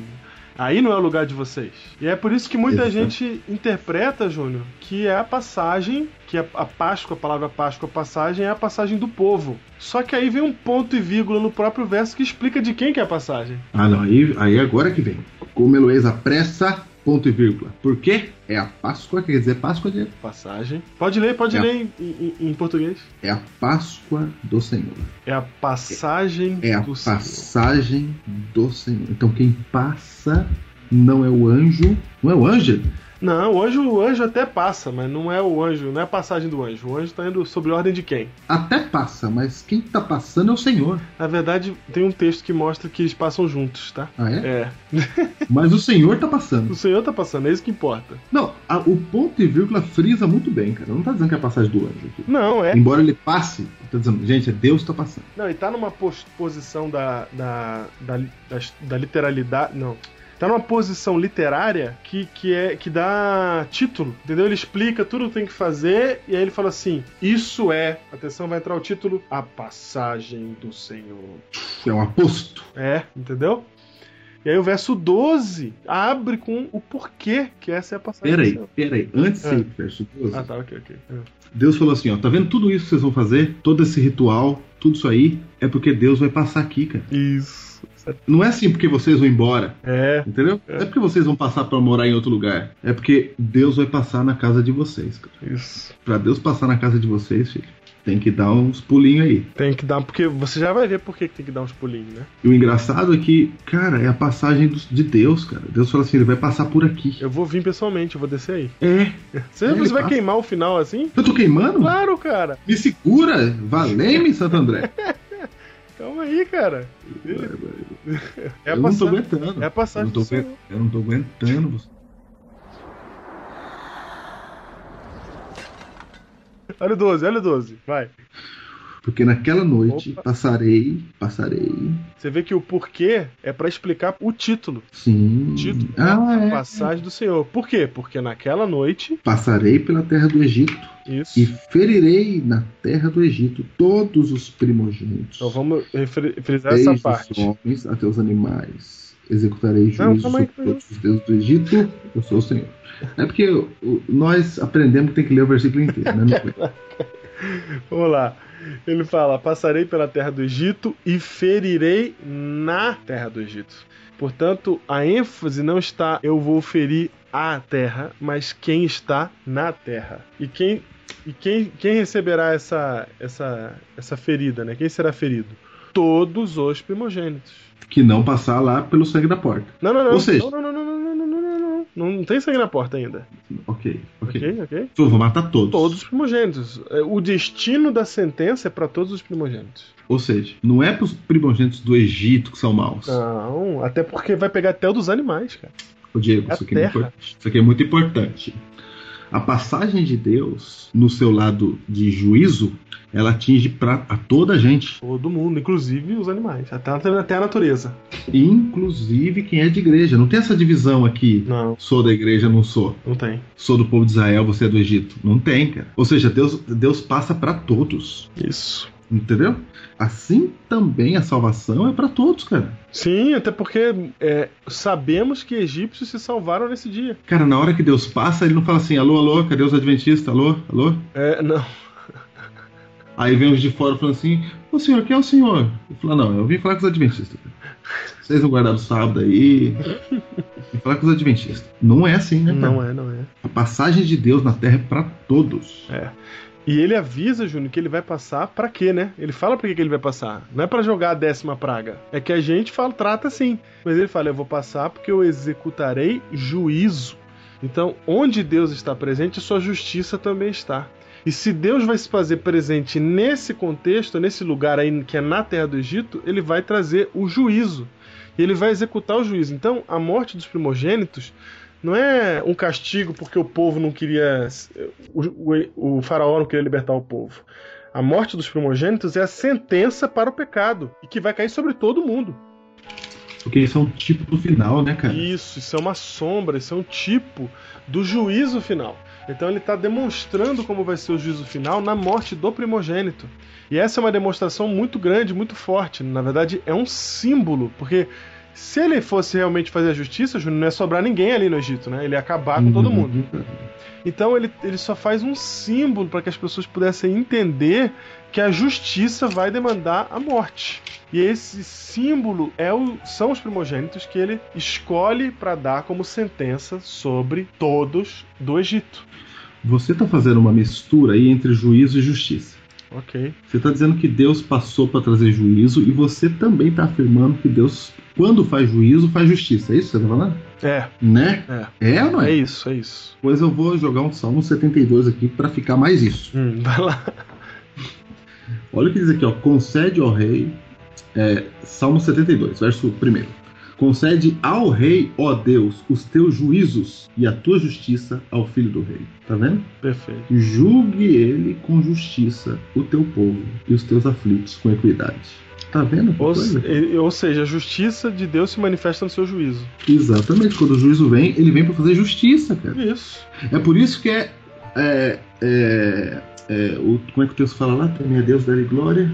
aí não é o lugar de vocês. E é por isso que muita Exato. gente interpreta, Júnior, que é a passagem, que é a, a Páscoa, a palavra Páscoa, passagem, é a passagem do povo. Só que aí vem um ponto e vírgula no próprio verso que explica de quem que é a passagem. Ah, não, aí, aí agora que vem. Como Heloísa pressa, ponto e vírgula. Por quê? É a Páscoa, quer dizer, Páscoa de, Passagem. Pode ler, pode É. ler em- em- em português. é a Páscoa do Senhor. É a passagem É a do Senhor. passagem do Senhor. Então quem passa não é o anjo, não é o anjo? Não, o anjo, o anjo até passa, mas não é o anjo, não é a passagem do anjo. O anjo tá indo sobre ordem de quem? Até passa, mas quem tá passando é o Senhor. Na verdade, tem um texto que mostra que eles passam juntos, tá? Ah, é? É. Mas o Senhor tá passando. O Senhor tá passando, é isso que importa. Não, a- o ponto e vírgula frisa muito bem, cara. Não tá dizendo que é a passagem do anjo aqui. Não, é. Embora ele passe, tá dizendo, gente, é Deus que tá passando. Não, e tá numa pos- posição da da, da, da. da literalidade. Não. Tá numa posição literária que, que, é, que dá título, entendeu? Ele explica tudo o que tem que fazer e aí ele fala assim: Isso é, atenção, vai entrar o título, A Passagem do Senhor. É um aposto. É, entendeu? E aí o verso 12 abre com o porquê que essa é a passagem. Peraí, do céu. peraí. Antes de Ah. ir pro verso 12, Ah, tá, ok, ok. É. Deus falou assim, ó, tá vendo tudo isso que vocês vão fazer? Todo esse ritual, tudo isso aí, é porque Deus vai passar aqui, cara. Isso. Não é assim porque vocês vão embora, É, entendeu? É porque vocês vão passar pra morar em outro lugar. É porque Deus vai passar na casa de vocês, cara. isso. Pra Deus passar na casa de vocês, filho, tem que dar uns pulinhos aí. Tem que dar, porque você já vai ver por que que tem que dar uns pulinhos, né? E o engraçado é que, cara, é a passagem dos- de Deus, cara. Deus fala assim, ele vai passar por aqui. Eu vou vir pessoalmente, eu vou descer aí. É. Você, Ele você vai passa. queimar o final assim? Eu tô queimando? Claro, cara. Me segura! Valeu-me, [laughs] Santo André! Calma aí, cara. É a eu não tô passagem, aguentando. é a eu, passagem não tô do Senhor. aguentando eu não tô aguentando você. Olha o 12, olha o 12. Vai. Porque naquela noite Opa. passarei, passarei. Você vê que o porquê é pra explicar o título. Sim. Título. Ah, é. Passagem do Senhor. Por quê? Porque naquela noite. Passarei pela terra do Egito Isso. e ferirei na terra do Egito todos os primogênitos. Então vamos refri- frisar desde essa os parte. homens até os animais. Executarei Não, juízo calma sobre aí, calma aí. todos os deuses do Egito. Eu sou o Senhor. É porque o- nós aprendemos que tem que ler o versículo inteiro, né? Não aguenta. Vamos lá. Ele fala: Passarei pela terra do Egito e ferirei na terra do Egito. Portanto, a ênfase não está eu vou ferir a terra, mas quem está na terra. E quem, e quem, quem receberá essa, essa, essa ferida, né? Quem será ferido? Todos os primogênitos. [laughs] que não passar lá pelo sangue da porta. Não, não, não. Ou seja- Não, não, não, não, não, não, não, não, não. Não, não tem sangue na porta ainda. Ok, ok. Ok, ok? Eu vou matar todos. Todos os primogênitos. É, O destino da sentença é para todos os primogênitos. Ou seja, não é pros primogênitos do Egito que são maus. Ah. Não, até porque vai pegar até o dos animais, cara. Ô, Diego, É isso aqui, é muito terra. importante. isso aqui é muito importante. A passagem de Deus no seu lado de juízo, ela atinge pra, a toda a gente, Todo mundo, inclusive os animais. Até, até a natureza. inclusive quem é de igreja. Não tem essa divisão aqui. Não, Sou da igreja, não sou. não tem. Sou do povo de Israel, você é do Egito. Não tem, cara. Ou seja, Deus, Deus passa pra todos, Isso. entendeu? Assim também a salvação é pra todos, cara. Sim, até porque é, sabemos que egípcios se salvaram nesse dia. Cara, na hora que Deus passa, ele não fala assim: alô, alô, cadê os adventistas? Alô, alô? É, não. Aí vem os de fora falando assim: Ô senhor, quem é o senhor? Eu falo: Não, eu vim falar com os adventistas. [laughs] Vocês não guardaram o sábado aí? Vim falar com os adventistas. Não é assim, né? cara? Não é, não é. A passagem de Deus na terra é pra todos. E ele avisa, Júnior, que ele vai passar pra quê, né? Ele fala pra que que ele vai passar. Não é pra jogar a décima praga. É que a gente fala, trata assim. Mas ele fala, eu vou passar porque eu executarei juízo. Então, onde Deus está presente, sua justiça também está. E se Deus vai se fazer presente nesse contexto, nesse lugar aí que é na terra do Egito, ele vai trazer o juízo. E ele vai executar o juízo. Então, a morte dos primogênitos não é um castigo porque o povo não queria o, o- o faraó não queria libertar o povo. A morte dos primogênitos é a sentença para o pecado e que vai cair sobre todo mundo. Porque isso é um tipo do final, né, cara? Isso, isso é uma sombra, isso é um tipo do juízo final. Então ele está demonstrando como vai ser o juízo final na morte do primogênito. E essa é uma demonstração muito grande, muito forte. Na verdade, é um símbolo, porque se ele fosse realmente fazer a justiça, Júnior, não ia sobrar ninguém ali no Egito, né? Ele ia acabar com todo mundo. Então ele, ele só faz um símbolo para que as pessoas pudessem entender que a justiça vai demandar a morte. E esse símbolo é o- são os primogênitos que ele escolhe para dar como sentença sobre todos do Egito. Você tá fazendo uma mistura aí entre juízo e justiça. Ok. Você está dizendo que Deus passou para trazer juízo e você também está afirmando que Deus, quando faz juízo, faz justiça. É isso que você está falando? É, Né? É, ou não é é? isso, é isso. Pois eu vou jogar um Salmo 72 aqui para ficar mais isso. Hum, [laughs] vai lá. Olha o que diz aqui, ó. Concede ao rei. É, Salmo 72, verso 1. Concede ao rei, ó Deus, os teus juízos e a tua justiça ao filho do rei. Tá vendo? Perfeito. Julgue ele com justiça o teu povo e os teus aflitos com equidade. Tá vendo? que Ou, coisa? se- e- ou seja, a justiça de Deus se manifesta no seu juízo. Exatamente, quando o juízo vem, ele vem pra fazer justiça, cara. Isso. É por isso que é. é, é, é, o, como é que o texto fala lá? Também a Deus dá-lhe glória.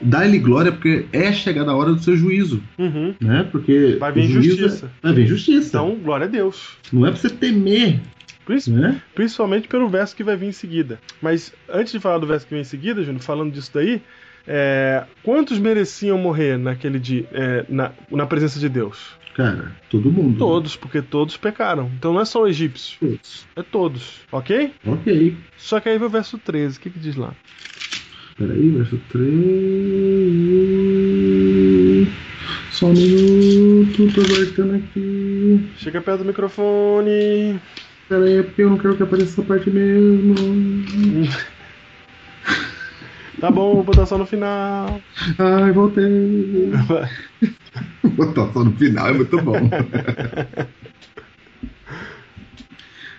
Dá-lhe glória porque é chegada a hora do seu juízo, Uhum. né? Porque. Vai o vir juízo justiça. É, vai vir justiça. Então, glória a Deus. Não é pra você temer, Por isso, né? principalmente pelo verso que vai vir em seguida. Mas antes de falar do verso que vem em seguida, Júnior, falando disso daí, é, quantos mereciam morrer naquele dia, é, na, na presença de Deus? Cara, todo mundo. Todos, porque todos pecaram. Então não é só o egípcio, Todos. é todos, ok? Ok. Só que aí vem o verso 13, o que, que diz lá? Peraí, um, verso 3. Só um minuto, tô marcando aqui. Chega perto do microfone. Pera aí, é porque eu não quero que apareça essa parte mesmo. Tá bom, vou botar só no final. Ah, Ai, [laughs] voltei. Botar só no final é muito bom. [laughs]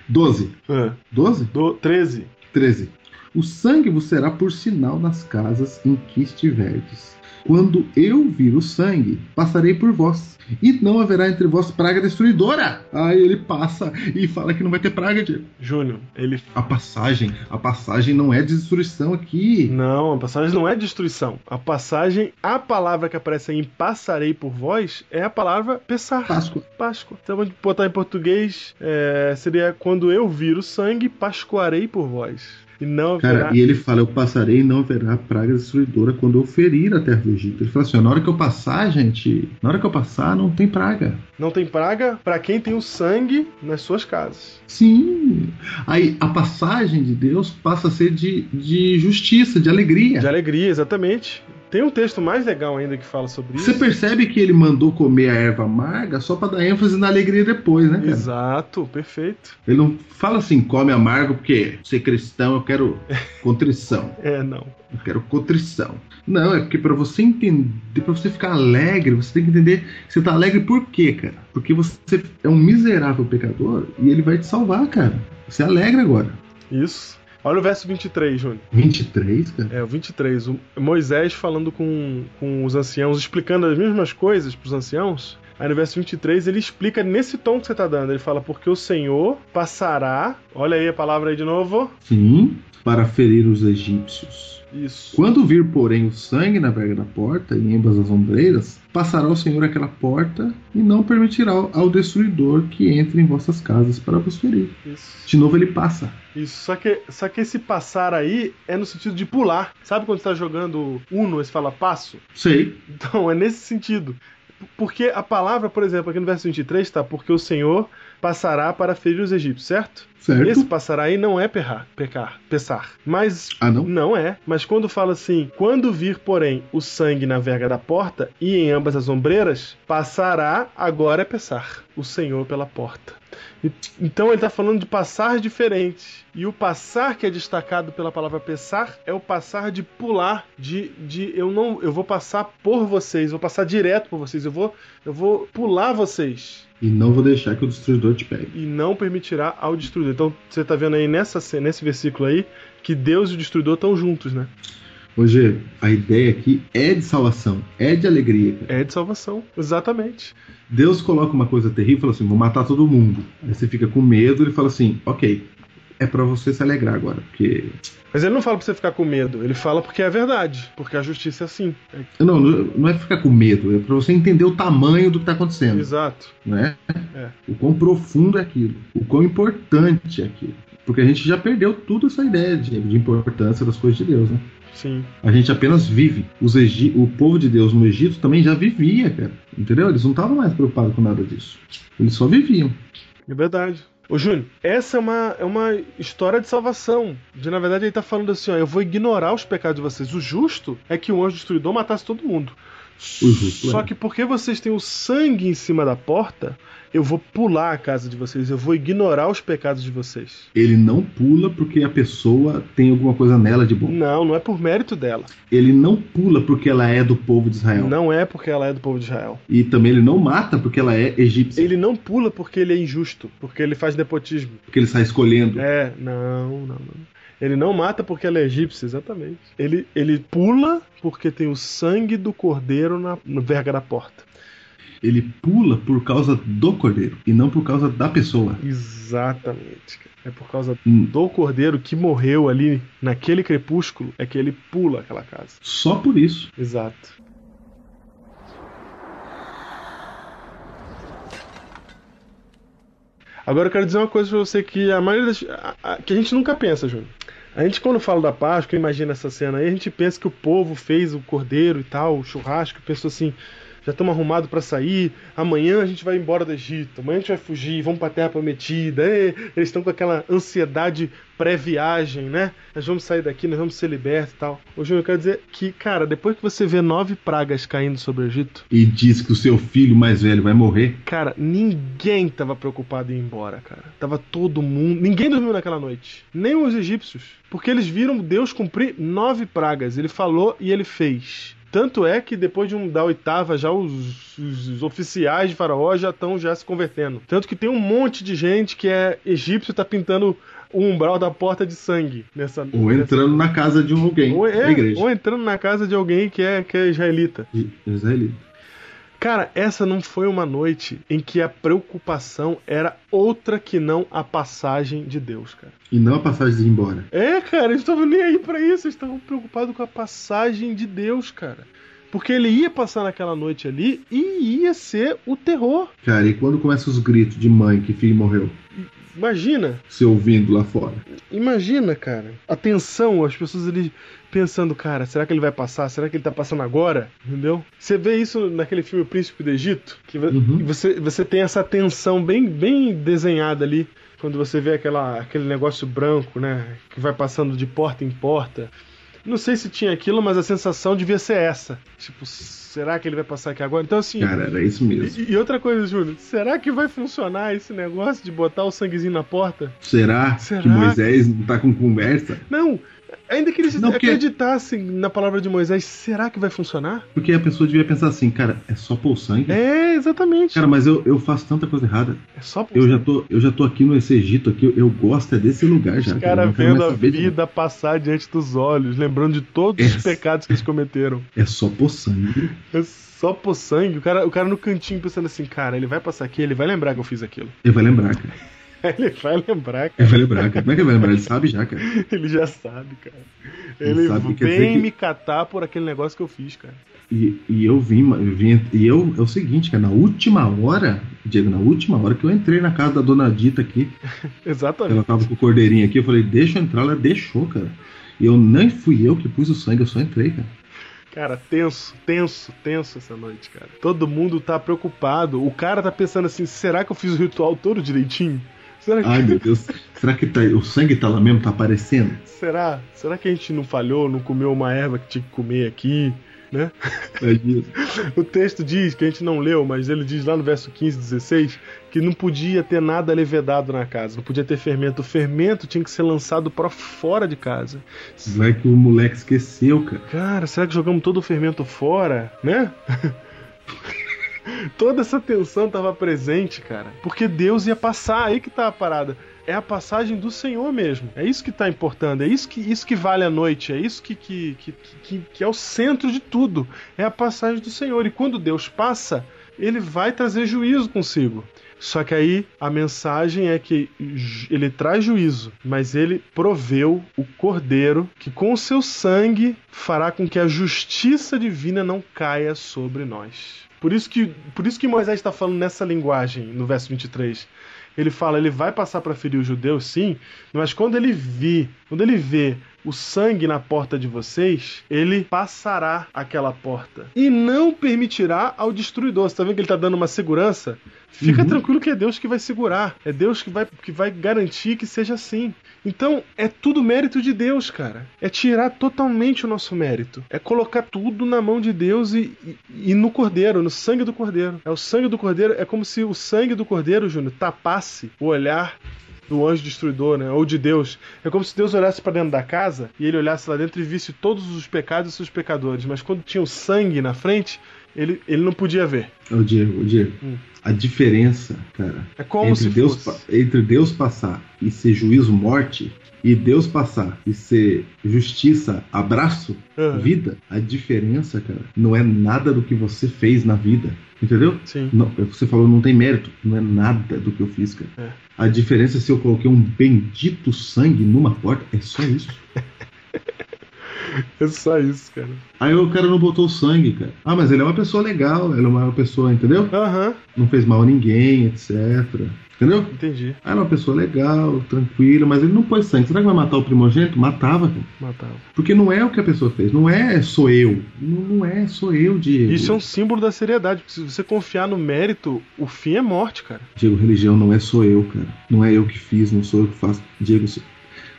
12. É, 12? Do 13. 13. O sangue vos será por sinal nas casas em que estiverdes. Quando eu vir o sangue, passarei por vós, e não haverá entre vós praga destruidora. Aí ele passa e fala que não vai ter praga, Diego. Júnior, ele. A passagem, a passagem não é destruição aqui. Não, a passagem não é destruição. A passagem, a palavra que aparece aí em passarei por vós é a palavra pensar. Páscoa. Páscoa. Então, vamos botar em português, é, seria quando eu vir o sangue, pascoarei por vós. E não haverá. Cara, e ele fala: Eu passarei e não haverá praga destruidora quando eu ferir a terra do Egito. Ele fala assim: ó, Na hora que eu passar, gente, na hora que eu passar, não tem praga. Não tem praga pra quem tem o sangue nas suas casas. Sim. Aí a passagem de Deus passa a ser de, de justiça, de alegria. De alegria, exatamente. Tem um texto mais legal ainda que fala sobre isso. Você percebe que ele mandou comer a erva amarga só pra dar ênfase na alegria depois, né, cara? Exato, perfeito. Ele não fala assim, come amargo porque ser cristão eu [laughs] quero contrição. É, não. Eu quero contrição. Não, é porque pra você entender, pra você ficar alegre, você tem que entender que você tá alegre por quê, cara? Porque você é um miserável pecador e ele vai te salvar, cara. Você é alegre agora. Isso. Olha o verso 23, Júnior. 23, cara? É, o 23. O Moisés falando com, com os anciãos, explicando as mesmas coisas para os anciãos. Aí no verso 23 ele explica nesse tom que você tá dando. Ele fala, porque o Senhor passará. Olha aí a palavra aí de novo. Sim, para ferir os egípcios. Isso. Quando vir, porém, o sangue na verga da porta e ambas as ombreiras, passará o Senhor aquela porta e não permitirá ao destruidor que entre em vossas casas para vos ferir. Isso. De novo ele passa. Isso, só que, só que esse passar aí é no sentido de pular. Sabe quando você tá jogando Uno e você fala passo? Sei. Então, é nesse sentido. P- Porque a palavra, por exemplo, aqui no verso 23 tá, porque o Senhor passará para ferir os egípcios, certo? Certo? Esse passará aí não é perrar, pecar, pesar. Mas Ah, não? não é. Mas quando fala assim, quando vir, porém, o sangue na verga da porta e em ambas as ombreiras, passará agora é pesar o Senhor pela porta. E- Então ele está falando de passar diferente. E o passar que é destacado pela palavra pesar é o passar de pular, de, de eu não, eu vou passar por vocês, vou passar direto por vocês, eu vou, eu vou pular vocês E não vou deixar que o destruidor te pegue. e não permitirá ao destruidor. Então você tá vendo aí nessa, ce- nesse versículo aí que Deus e o destruidor estão juntos, né? Hoje, a ideia aqui é de salvação, é de alegria. cara. É de salvação, exatamente. Deus coloca uma coisa terrível e fala assim: vou matar todo mundo. Aí você fica com medo ele fala assim: ok, é pra você se alegrar agora, porque. Mas ele não fala pra você ficar com medo, ele fala porque é a verdade, porque a justiça é assim. É- Não, não é ficar com medo, é pra você entender o tamanho do que tá acontecendo. Exato. né? É. O quão profundo é aquilo, o quão importante é aquilo. Porque a gente já perdeu tudo essa ideia de, de importância das coisas de Deus, né? Sim. A gente apenas vive. Os Egi- o povo de Deus no Egito também já vivia, cara. Entendeu? Eles não estavam mais preocupados com nada disso. Eles só viviam. É verdade. Ô Júnior, essa é uma, é uma história de salvação. De, na verdade, ele tá falando assim, ó, eu vou ignorar os pecados de vocês. O justo é que o anjo destruidor matasse todo mundo. O justo, Só é. que porque vocês têm o sangue em cima da porta, eu vou pular a casa de vocês, eu vou ignorar os pecados de vocês. Ele não pula porque a pessoa tem alguma coisa nela de bom. Não, não é por mérito dela. Ele não pula porque ela é do povo de Israel. Não é porque ela é do povo de Israel. E também ele não mata porque ela é egípcia. Ele não pula porque ele é injusto, porque ele faz nepotismo. Porque ele está escolhendo. É, não, não, não. Ele não mata porque ela é egípcia, exatamente. Ele, ele pula porque tem o sangue do cordeiro na, na verga da porta. Ele pula por causa do cordeiro e não por causa da pessoa. Exatamente. cara. É por causa Hum. do cordeiro que morreu ali naquele crepúsculo é que ele pula aquela casa. Só por isso. Exato. Agora eu quero dizer uma coisa pra você que a maioria das. a- a- que a gente nunca pensa, Júnior. A gente, quando fala da Páscoa, imagina essa cena aí, a gente pensa que o povo fez o cordeiro e tal, o churrasco, pensou assim: já estamos arrumados pra sair, amanhã a gente vai embora do Egito, amanhã a gente vai fugir, vamos pra Terra Prometida. é, eles estão com aquela ansiedade pré-viagem, né? Nós vamos sair daqui, nós vamos ser libertos e tal. Ô, Júnior, eu quero dizer que, cara, depois que você vê nove pragas caindo sobre o Egito, E diz que o seu filho mais velho vai morrer. Cara, ninguém tava preocupado em ir embora, cara. Tava todo mundo. Ninguém dormiu naquela noite. Nem os egípcios. Porque eles viram Deus cumprir nove pragas. Ele falou e ele fez. Tanto é que depois de um, da oitava, já os, os- os oficiais de Faraó já estão já se convertendo. Tanto que tem um monte de gente que é egípcio e tá pintando o umbral da porta de sangue nessa. Ou nessa- entrando na casa de um alguém, ou, é, da igreja. ou entrando na casa de alguém que é, que é israelita. de Israelita. Cara, essa não foi uma noite em que a preocupação era outra que não a passagem de Deus, cara. E não a passagem de ir embora. É, cara, eles estavam nem aí pra isso, eles estavam preocupados com a passagem de Deus, cara. Porque ele ia passar naquela noite ali e ia ser o terror. Cara, e quando começam os gritos de mãe que filho morreu, Imagina, se ouvindo lá fora? imagina, cara. A tensão, as pessoas ali pensando, cara, será que ele vai passar? Será que ele tá passando agora? Entendeu? Você vê isso naquele filme O Príncipe do Egito, que vo- Uhum. você, você tem essa tensão bem, bem desenhada ali. Quando você vê aquela, aquele negócio branco, né? Que vai passando de porta em porta. Não sei se tinha aquilo, mas a sensação devia ser essa. Tipo, será que ele vai passar aqui agora? Então, assim. Cara, era isso mesmo. E, e outra coisa, Júlio, será que vai funcionar esse negócio de botar o sanguezinho na porta? Será, Será? que Moisés não tá com conversa? Não! Ainda que eles Não, porque- acreditassem na palavra de Moisés, será que vai funcionar? Porque a pessoa devia pensar assim, cara, é só pôr o sangue? É, exatamente. Cara, mas eu, eu faço tanta coisa errada. É só Eu já tô, eu já tô aqui nesse Egito aqui, eu gosto é desse lugar já. cara, Os eu caras não quero vendo mais a saber de- vida passar diante dos olhos, lembrando de todos os Essa- pecados que eles cometeram. É só pôr sangue. É só pôr sangue, o cara, o cara no cantinho pensando assim, cara, ele vai passar aqui, ele vai lembrar que eu fiz aquilo. [laughs] Ele vai lembrar, cara. Ele vai lembrar, cara. Ele vai lembrar, cara. Como é que ele vai lembrar? Ele sabe já, cara. Ele já sabe, cara. Ele Ele sabe, quer dizer vem que- me catar por aquele negócio que eu fiz, cara. E, e eu vim, ma- eu vim- e eu, é o seguinte, cara, na última hora, Diego, na última hora que eu entrei na casa da dona Dita aqui, Exatamente. ela tava com o cordeirinho aqui, eu falei, deixa eu entrar, ela deixou, cara. E eu nem fui eu que pus o sangue, eu só entrei, cara. Cara, tenso, tenso, tenso essa noite, cara. Todo mundo tá preocupado. O cara tá pensando assim, será que eu fiz o ritual todo direitinho? Será que Ai, meu Deus, será que tá, o sangue tá lá mesmo, tá aparecendo? Será? Será que a gente não falhou, não comeu uma erva que tinha que comer aqui? Né? É isso. O texto diz, que a gente não leu, mas ele diz lá no verso 15, 16, que não podia ter nada levedado na casa, não podia ter fermento. O fermento tinha que ser lançado pra fora de casa. Vai que o moleque esqueceu, cara. Cara, será que jogamos todo o fermento fora, né? [laughs] Toda essa tensão tava presente, cara. Porque Deus ia passar, aí que tá a parada. É a passagem do Senhor mesmo. É isso que tá importando, é isso que, isso que vale a noite, é isso que, que, que, que, que é o centro de tudo. É a passagem do Senhor. E quando Deus passa, ele vai trazer juízo consigo. Só que aí a mensagem é que ju- ele traz juízo, mas ele proveu o cordeiro que com o seu sangue fará com que a justiça divina não caia sobre nós. Por isso que, por isso que Moisés está falando nessa linguagem no verso 23. Ele fala, ele vai passar para ferir os judeus, sim, mas quando ele vir, quando ele vê o sangue na porta de vocês, ele passará aquela porta e não permitirá ao destruidor. Você tá vendo que ele tá dando uma segurança? Fica Uhum. tranquilo que é Deus que vai segurar. É Deus que vai, que vai garantir que seja assim. Então, é tudo mérito de Deus, cara. É tirar totalmente o nosso mérito. É colocar tudo na mão de Deus e, e, e no cordeiro, no sangue do cordeiro. É o sangue do cordeiro, é como se o sangue do cordeiro, Júnior, tapasse o olhar do anjo destruidor, né? Ou de Deus. É como se Deus olhasse pra dentro da casa e ele olhasse lá dentro e visse todos os pecados e seus pecadores. Mas quando tinha o sangue na frente, ele, ele não podia ver. Ô, Diego, ô, Diego. Hum. A diferença, cara, É como entre, se Deus, fosse. pa- entre Deus passar e ser juízo morte, e Deus passar e ser justiça, abraço, Ah, vida, a diferença, cara, não é nada do que você fez na vida. Entendeu? Sim. Não, é você falou não tem mérito, não é nada do que eu fiz, cara. É. A diferença é se eu coloquei um bendito sangue numa porta, é só isso. É só isso, cara. Aí o cara não botou sangue, cara. Ah, mas ele é uma pessoa legal, ele é uma pessoa, entendeu? Aham, Não fez mal a ninguém, etc. Entendeu? entendi. Ah, Era uma pessoa legal, tranquila, mas ele não pôs sangue. Será que vai matar o primogênito? Matava, cara. Matava. Porque não é o que a pessoa fez. Não é sou eu. Não, não é sou eu, Diego. Isso é um símbolo da seriedade, porque se você confiar no mérito, o fim é morte, cara. Diego, religião não é sou eu, cara. Não é eu que fiz, não sou eu que faço. Diego, isso-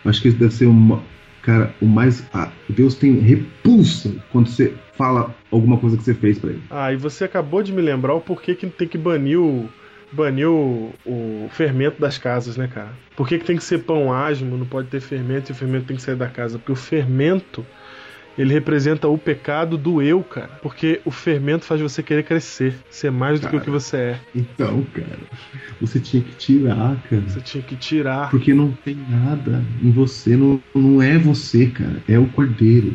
acho que isso deve ser uma. Cara, o mais. ah, Deus tem repulsa quando você fala alguma coisa que você fez pra ele. Ah, e você acabou de me lembrar o porquê que tem que banir o. Banir o, o fermento das casas, né, cara? Por que, que tem que ser pão asmo, não pode ter fermento e o fermento tem que sair da casa? Porque o fermento Ele representa o pecado do eu, cara. Porque o fermento faz você querer crescer, ser mais do que o que Cara. você é. Então, cara, você tinha que tirar, cara. Você tinha que tirar. Porque não tem nada em você, não, não é você, cara. É o cordeiro.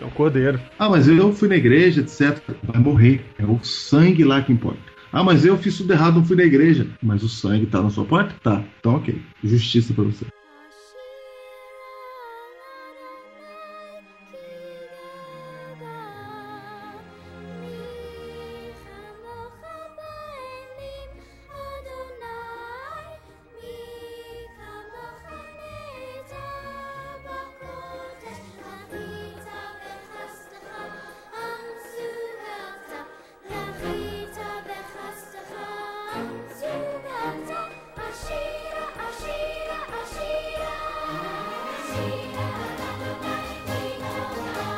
É o cordeiro. Ah, mas eu fui na igreja, etc. Vai morrer. É o sangue lá que importa. Ah, mas eu fiz tudo errado, não fui na igreja. Mas o sangue tá na sua porta? Tá. Então, ok. Justiça pra você. Ashira, Ashira, Ashira, Ashira, Adonai, Kinoda,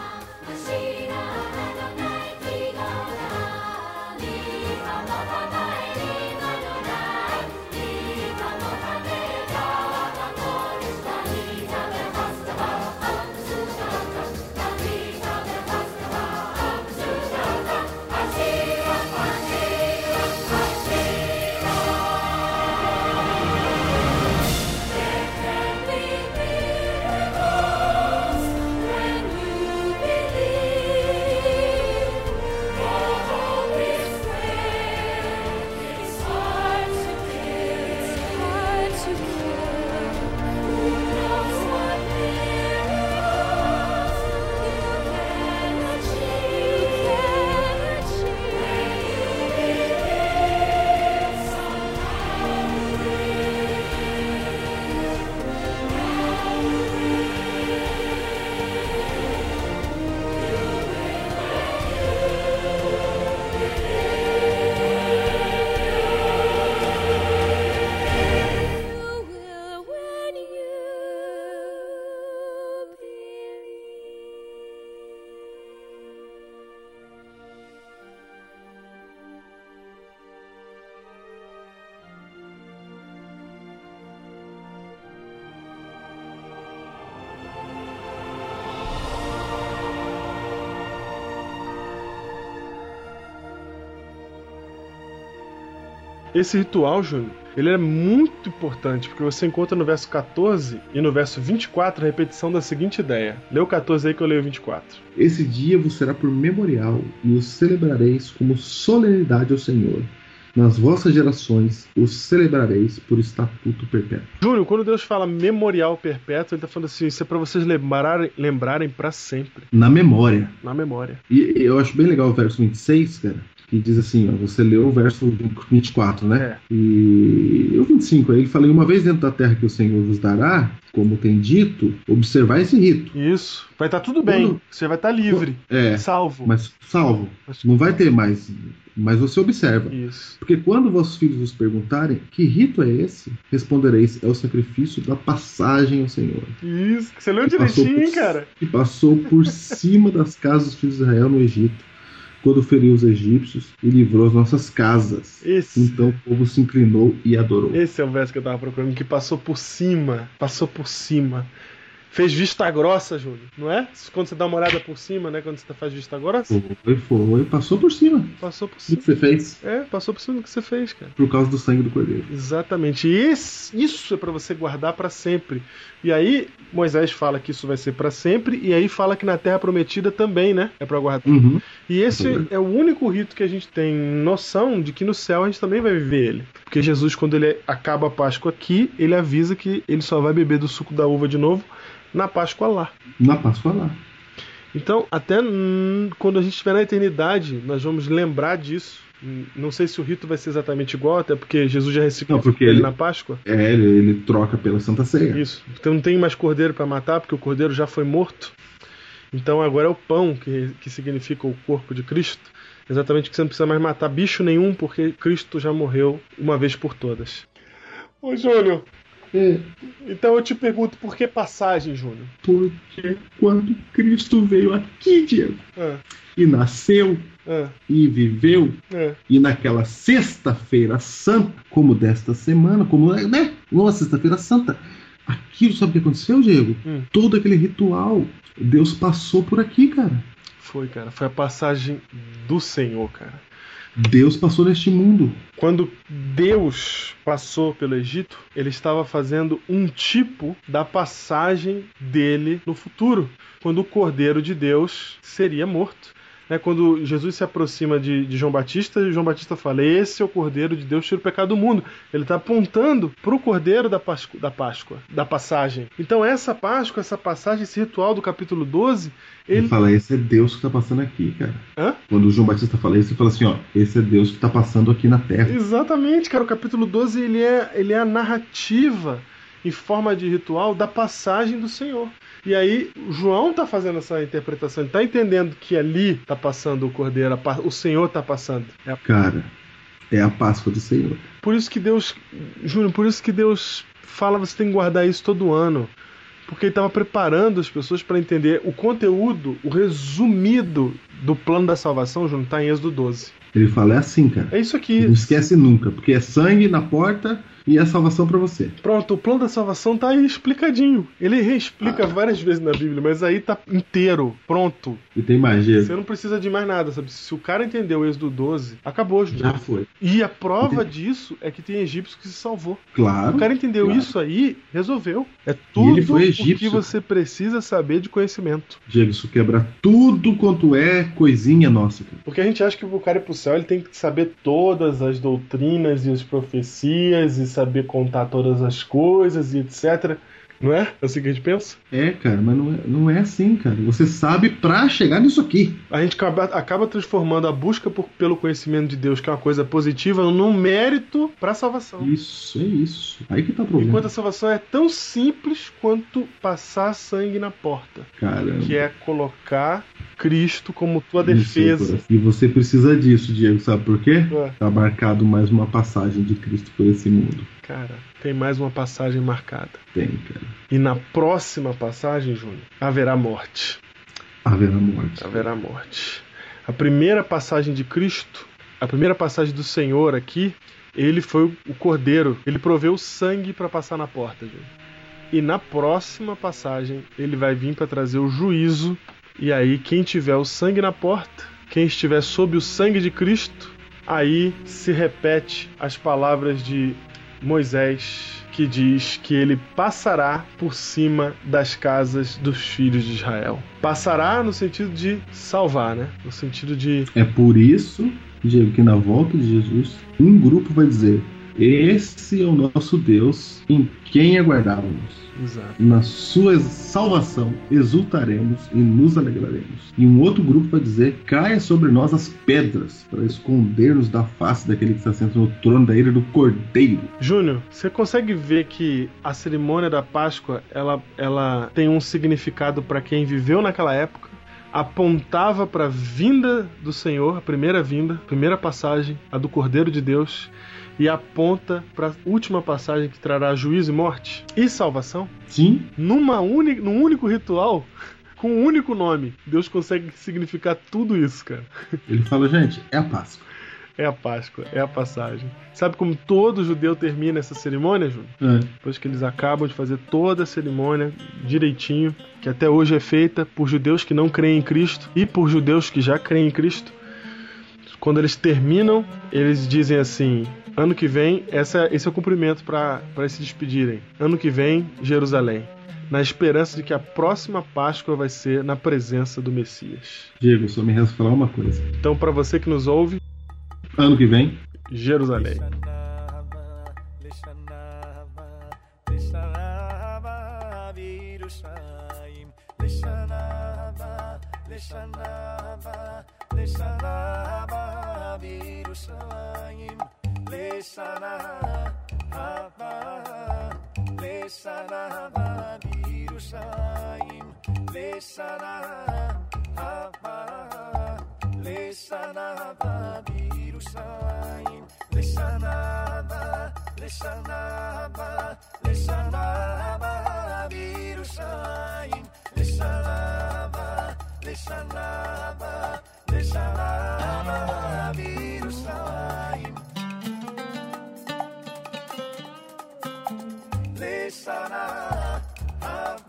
Ashira, Adonai, Kinoda, Licha Mochanai, Licha Adonai, Licha Mochanai, Kala HaKodesh, Licha Bechastava, Amzuchata, Licha Bechastava, Amzuchata, Ashira, Ashira, Ashira. You will when you Esse ritual, Júnior, ele é muito importante, porque você encontra no verso 14 e no verso 24 a repetição da seguinte ideia. Lê o 14 aí que eu leio o 24. Esse dia vos será por memorial e o celebrareis como solenidade ao Senhor. Nas vossas gerações os celebrareis por estatuto perpétuo. Júnior, quando Deus fala memorial perpétuo, ele tá falando assim, isso é pra vocês lembrarem, lembrarem para sempre, Na memória. na memória. E eu acho bem legal o verso 26, cara, que diz assim, ó, você leu o verso 24, né? É. E o 25, aí ele fala, "E uma vez dentro da terra que o Senhor vos dará, como tem dito, observar esse rito. Isso. Vai estar tudo bem. Quando- Você vai estar livre, É, salvo. mas salvo, Mas- não vai ter mais, mas você observa. Isso. Porque quando vossos filhos vos perguntarem que rito é esse, respondereis, é o sacrifício da passagem ao Senhor, Isso. Você leu Passou direitinho, por- hein, cara? que passou por cima das casas dos filhos de Israel no Egito, quando feriu os egípcios e livrou as nossas casas. Esse. Então o povo se inclinou e adorou. Esse é o verso que eu tava procurando, que passou por cima. Passou por cima. Fez vista grossa, Júlio, não é? Quando você dá uma olhada por cima, né? Quando você faz vista grossa, Foi, foi, passou por cima. O passou por que cima. que você fez? É, passou por cima do que você fez, cara. Por causa do sangue do cordeiro. Exatamente. E esse- isso é para você guardar para sempre. E aí Moisés fala que isso vai ser para sempre e aí fala que na terra prometida também, né? É para guardar. Uhum. E esse Uhum. é o único rito que a gente tem noção de que no céu a gente também vai viver ele. Porque Jesus quando ele acaba a Páscoa aqui, ele avisa que ele só vai beber do suco da uva de novo na Páscoa lá. Na Páscoa lá. Então, até hum, quando a gente estiver na eternidade, nós vamos lembrar disso. Hum, Não sei se o rito vai ser exatamente igual, até porque Jesus já reciclou Não, porque ele ele- na Páscoa. É, ele, ele troca pela Santa Ceia. Isso. Então não tem mais cordeiro para matar, porque o cordeiro já foi morto. Então agora é o pão, que, que significa o corpo de Cristo. Exatamente que você não precisa mais matar bicho nenhum, porque Cristo já morreu uma vez por todas. Ô, Júnior, É, então eu te pergunto, por que passagem, Júnior? porque quando Cristo veio aqui, Diego, Ah, e nasceu, ah, e viveu, ah. e naquela sexta-feira santa, como desta semana, como, né? Numa sexta-feira santa, Aquilo, sabe o que aconteceu, Diego? Hum. Todo aquele ritual, Deus passou por aqui, cara. Foi, cara. Foi a passagem do Senhor, cara. Deus passou neste mundo. Quando Deus passou pelo Egito, ele estava fazendo um tipo da passagem dele no futuro, quando o Cordeiro de Deus seria morto. Né, quando Jesus se aproxima de, de João Batista, e João Batista fala: Esse é o Cordeiro de Deus, tira o pecado do mundo. Ele está apontando para o Cordeiro da Páscoa, da Páscoa, da passagem. Então, essa Páscoa, essa passagem, esse ritual do capítulo 12, Ele ele. fala, esse é Deus que tá passando aqui, cara. Hã? Quando o João Batista fala isso, ele fala assim, ó, esse é Deus que tá passando aqui na Terra. Exatamente, cara. O capítulo 12 ele é, ele é a narrativa em forma de ritual da passagem do Senhor. E aí, o João tá fazendo essa interpretação, ele tá entendendo que ali tá passando o cordeiro, a pa- o Senhor tá passando. É Cara, é a Páscoa do Senhor. por isso que Deus, Júnior, por isso que Deus fala você tem que guardar isso todo ano. Porque ele estava preparando as pessoas para entender o conteúdo, o resumido do plano da salvação, Júnior, tá em Êxodo 12. Ele fala, é assim, cara. É isso aqui. Não esquece nunca, porque é sangue na porta e é salvação pra você. Pronto, o plano da salvação tá aí explicadinho. Ele reexplica várias vezes na Bíblia, mas aí tá inteiro, pronto. E tem mais, Diego. Você não precisa de mais nada, sabe? Se o cara entendeu o Êxodo 12, acabou, Júlio. Já foi. E a prova disso é que tem egípcio que se salvou. Claro. O cara entendeu Claro. isso aí, resolveu. Ah, É E tudo ele foi o que egípcio, você precisa saber de conhecimento. Diego, isso quebra tudo quanto é coisinha nossa, cara. Porque a gente acha que o cara ir pro céu, ele tem que saber todas as doutrinas e as profecias e saber contar todas as coisas e etc. Não é? É assim que a gente pensa? É, cara, mas não é, não é assim, cara. Você sabe pra chegar nisso aqui. A gente acaba, acaba transformando a busca por- pelo conhecimento de Deus, que é uma coisa positiva, num mérito para a salvação. Isso, é isso. Aí que tá o problema. Enquanto a salvação é tão simples quanto passar sangue na porta, Cara, que é colocar Cristo como tua Isso, defesa. Nicolas. E você precisa disso, Diego, sabe por quê? Ué, Tá marcado mais uma passagem de Cristo por esse mundo. Cara, tem mais uma passagem marcada. Tem, cara. E na próxima passagem, Júnior, haverá morte. Haverá morte. Haverá morte. A primeira passagem de Cristo, a primeira passagem do Senhor aqui, ele foi o cordeiro. Ele proveu sangue para passar na porta. Gente. E na próxima passagem, ele vai vir para trazer o juízo. E aí, quem tiver o sangue na porta, quem estiver sob o sangue de Cristo, aí se repete as palavras de Moisés, que diz que ele passará por cima das casas dos filhos de Israel. Passará no sentido de salvar, né? No sentido de É por isso, Diego, que na volta de Jesus, um grupo vai dizer: Esse é o nosso Deus em quem aguardávamos. usar. Na sua salvação exultaremos e nos alegraremos. E um outro grupo vai dizer: caia sobre nós as pedras, para esconder-nos da face daquele que está sentado no trono da ira do cordeiro. Júnior, você consegue ver que a cerimônia da Páscoa, ela, ela tem um significado para quem viveu naquela época, apontava para a vinda do Senhor, a primeira vinda, a primeira passagem, a do Cordeiro de Deus, e aponta para a última passagem que trará juízo e morte e salvação Sim, numa uni, num único ritual. Com um único nome, Deus consegue significar tudo isso, cara. ele fala: gente, é a Páscoa. É a Páscoa, é a passagem. Sabe como todo judeu termina essa cerimônia, Júnior? É. Depois que eles acabam de fazer toda a cerimônia direitinho, que até hoje é feita por judeus que não creem em Cristo e por judeus que já creem em Cristo. Quando eles terminam, eles dizem assim: ano que vem, essa, esse é o cumprimento para eles se despedirem. Ano que vem, Jerusalém. Na esperança de que a próxima Páscoa vai ser na presença do Messias. Diego, só me resta falar uma coisa. Então, para você que nos ouve, Ano que vem, Jerusalém. Listen up.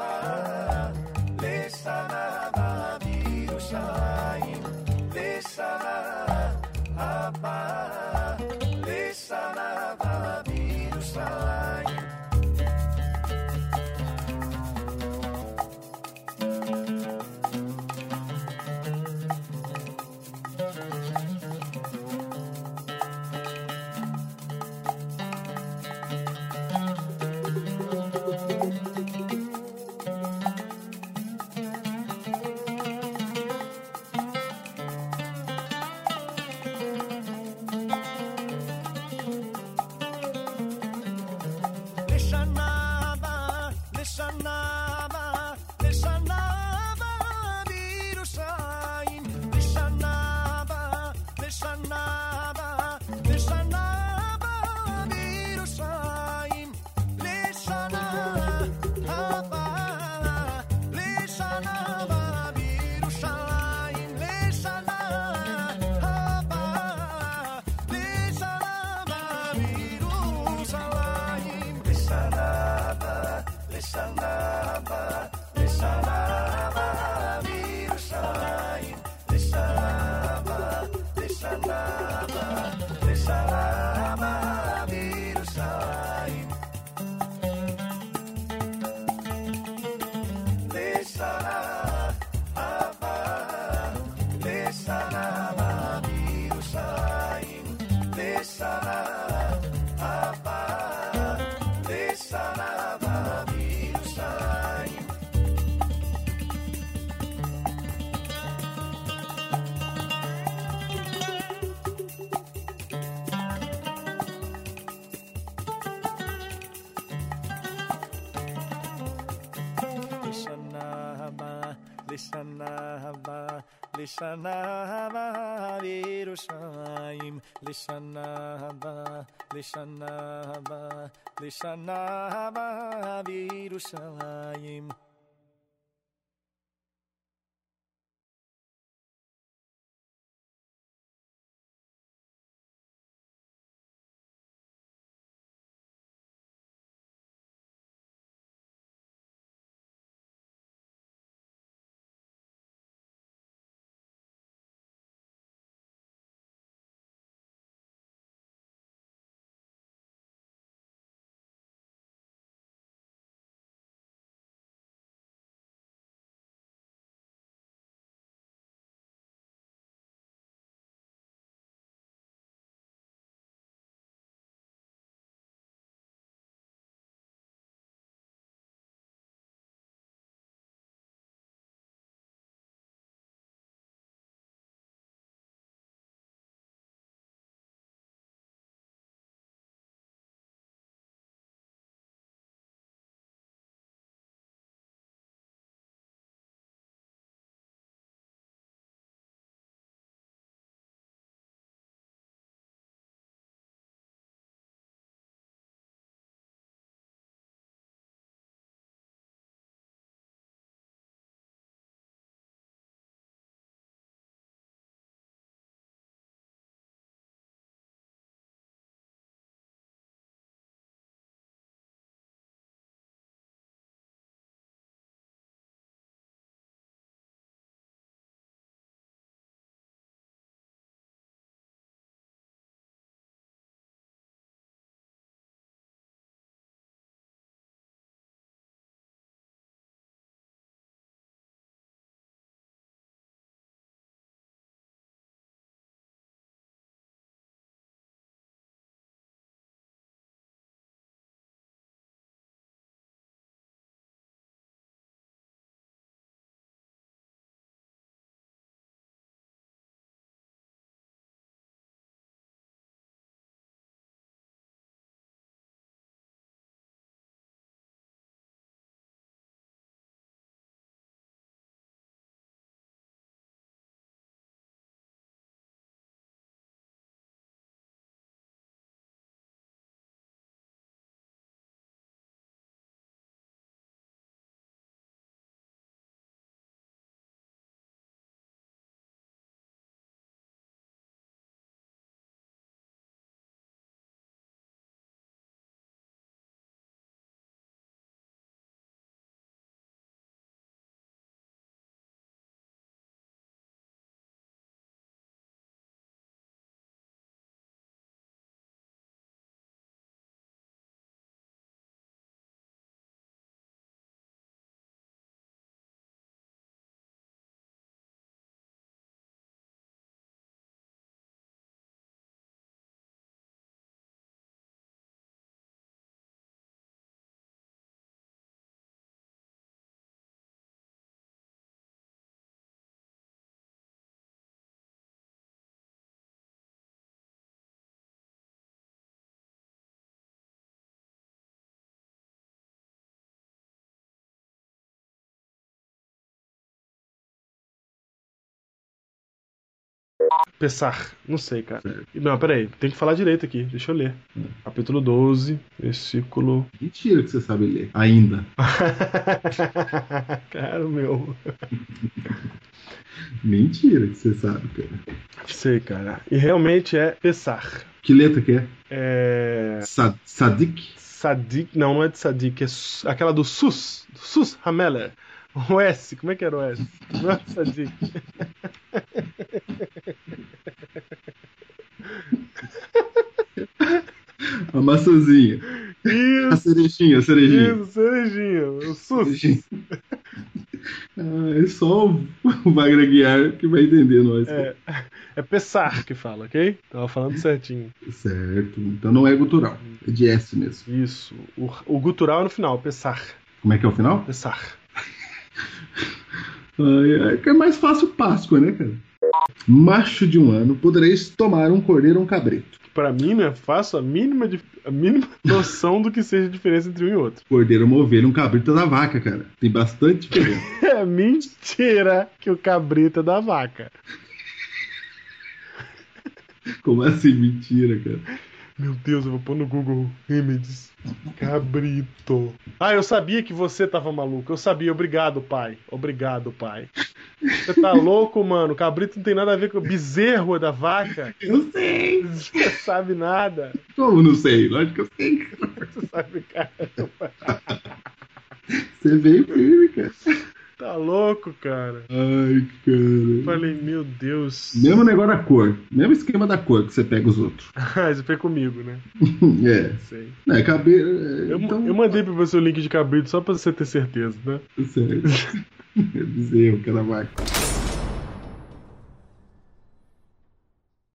Lesanaba, lesanaba, lesanaba virusain. Lesanaba, lesanaba, lesanaba virusain. Lesanaba, lesanaba virusain. Lesanaba, lesanaba virusain. Lesanaba, lesanaba, lesanaba virusain. Lesanaba, lesanaba, lesanaba virusain. Lisanaba, lisanaba, lisanaba, Yerushalayim. Lisanaba, lisanaba, lisanaba, Yerushalayim. Pessar. Não sei, cara. Não, peraí. Tem que falar direito aqui. Deixa eu ler. Capítulo 12, versículo. [laughs] Mentira que você sabe ler. Ainda. cara, meu. Mentira que você sabe, cara. Não sei, cara. E realmente é Pessar. Que letra que é? É. Sa- Sadik? Sadik. Não, não é de Sadik. É Su- aquela do Sus. Sus Hameler. O S. Como é que era o S? Não é Sadik. A maçãzinha. A Isso. cerejinha, a cerejinha. Isso, cerejinha. O Sus. Ah, é só o Wagner Guiar que vai entender nós. É, é Pessar que fala, ok? Tava falando certinho. Certo. Então não é gutural. É de S mesmo. Isso. O, o gutural é no final, Pessar. Como é que é o final? Pessar. Ai, ai, que é mais fácil Páscoa, né, cara? Macho de um ano, podereis tomar um cordeiro ou um cabrito. Pra mim, né, faço a mínima, dif- a mínima [laughs] noção do que seja a diferença entre um e outro. [laughs] Cordeiro é uma ovelha, um cabrito é da vaca, cara. Tem bastante diferença. É mentira que o cabrito é da vaca. Como assim? Mentira, cara. Meu Deus, eu vou pôr no Google Images. Cabrito. Ah, eu sabia que você tava maluco. Eu sabia. Obrigado, pai. Obrigado, pai. Você tá louco, mano. Cabrito não tem nada a ver com bezerro é da vaca. Eu sei. Você sabe nada. Como não sei? Lógico que eu sei, cara. Você sabe, cara. Você veio firme, cara. Tá louco, cara. Ai, cara. Falei, meu Deus. [laughs] Mesmo negócio da cor. Mesmo esquema da cor que você pega os outros. Ah, isso foi comigo, né? é. Sei. É, cabelo. Eu, então, eu [laughs] mandei pra você o link de cabrito só pra você ter certeza, né? Certo. É bezerro, que é da vaca.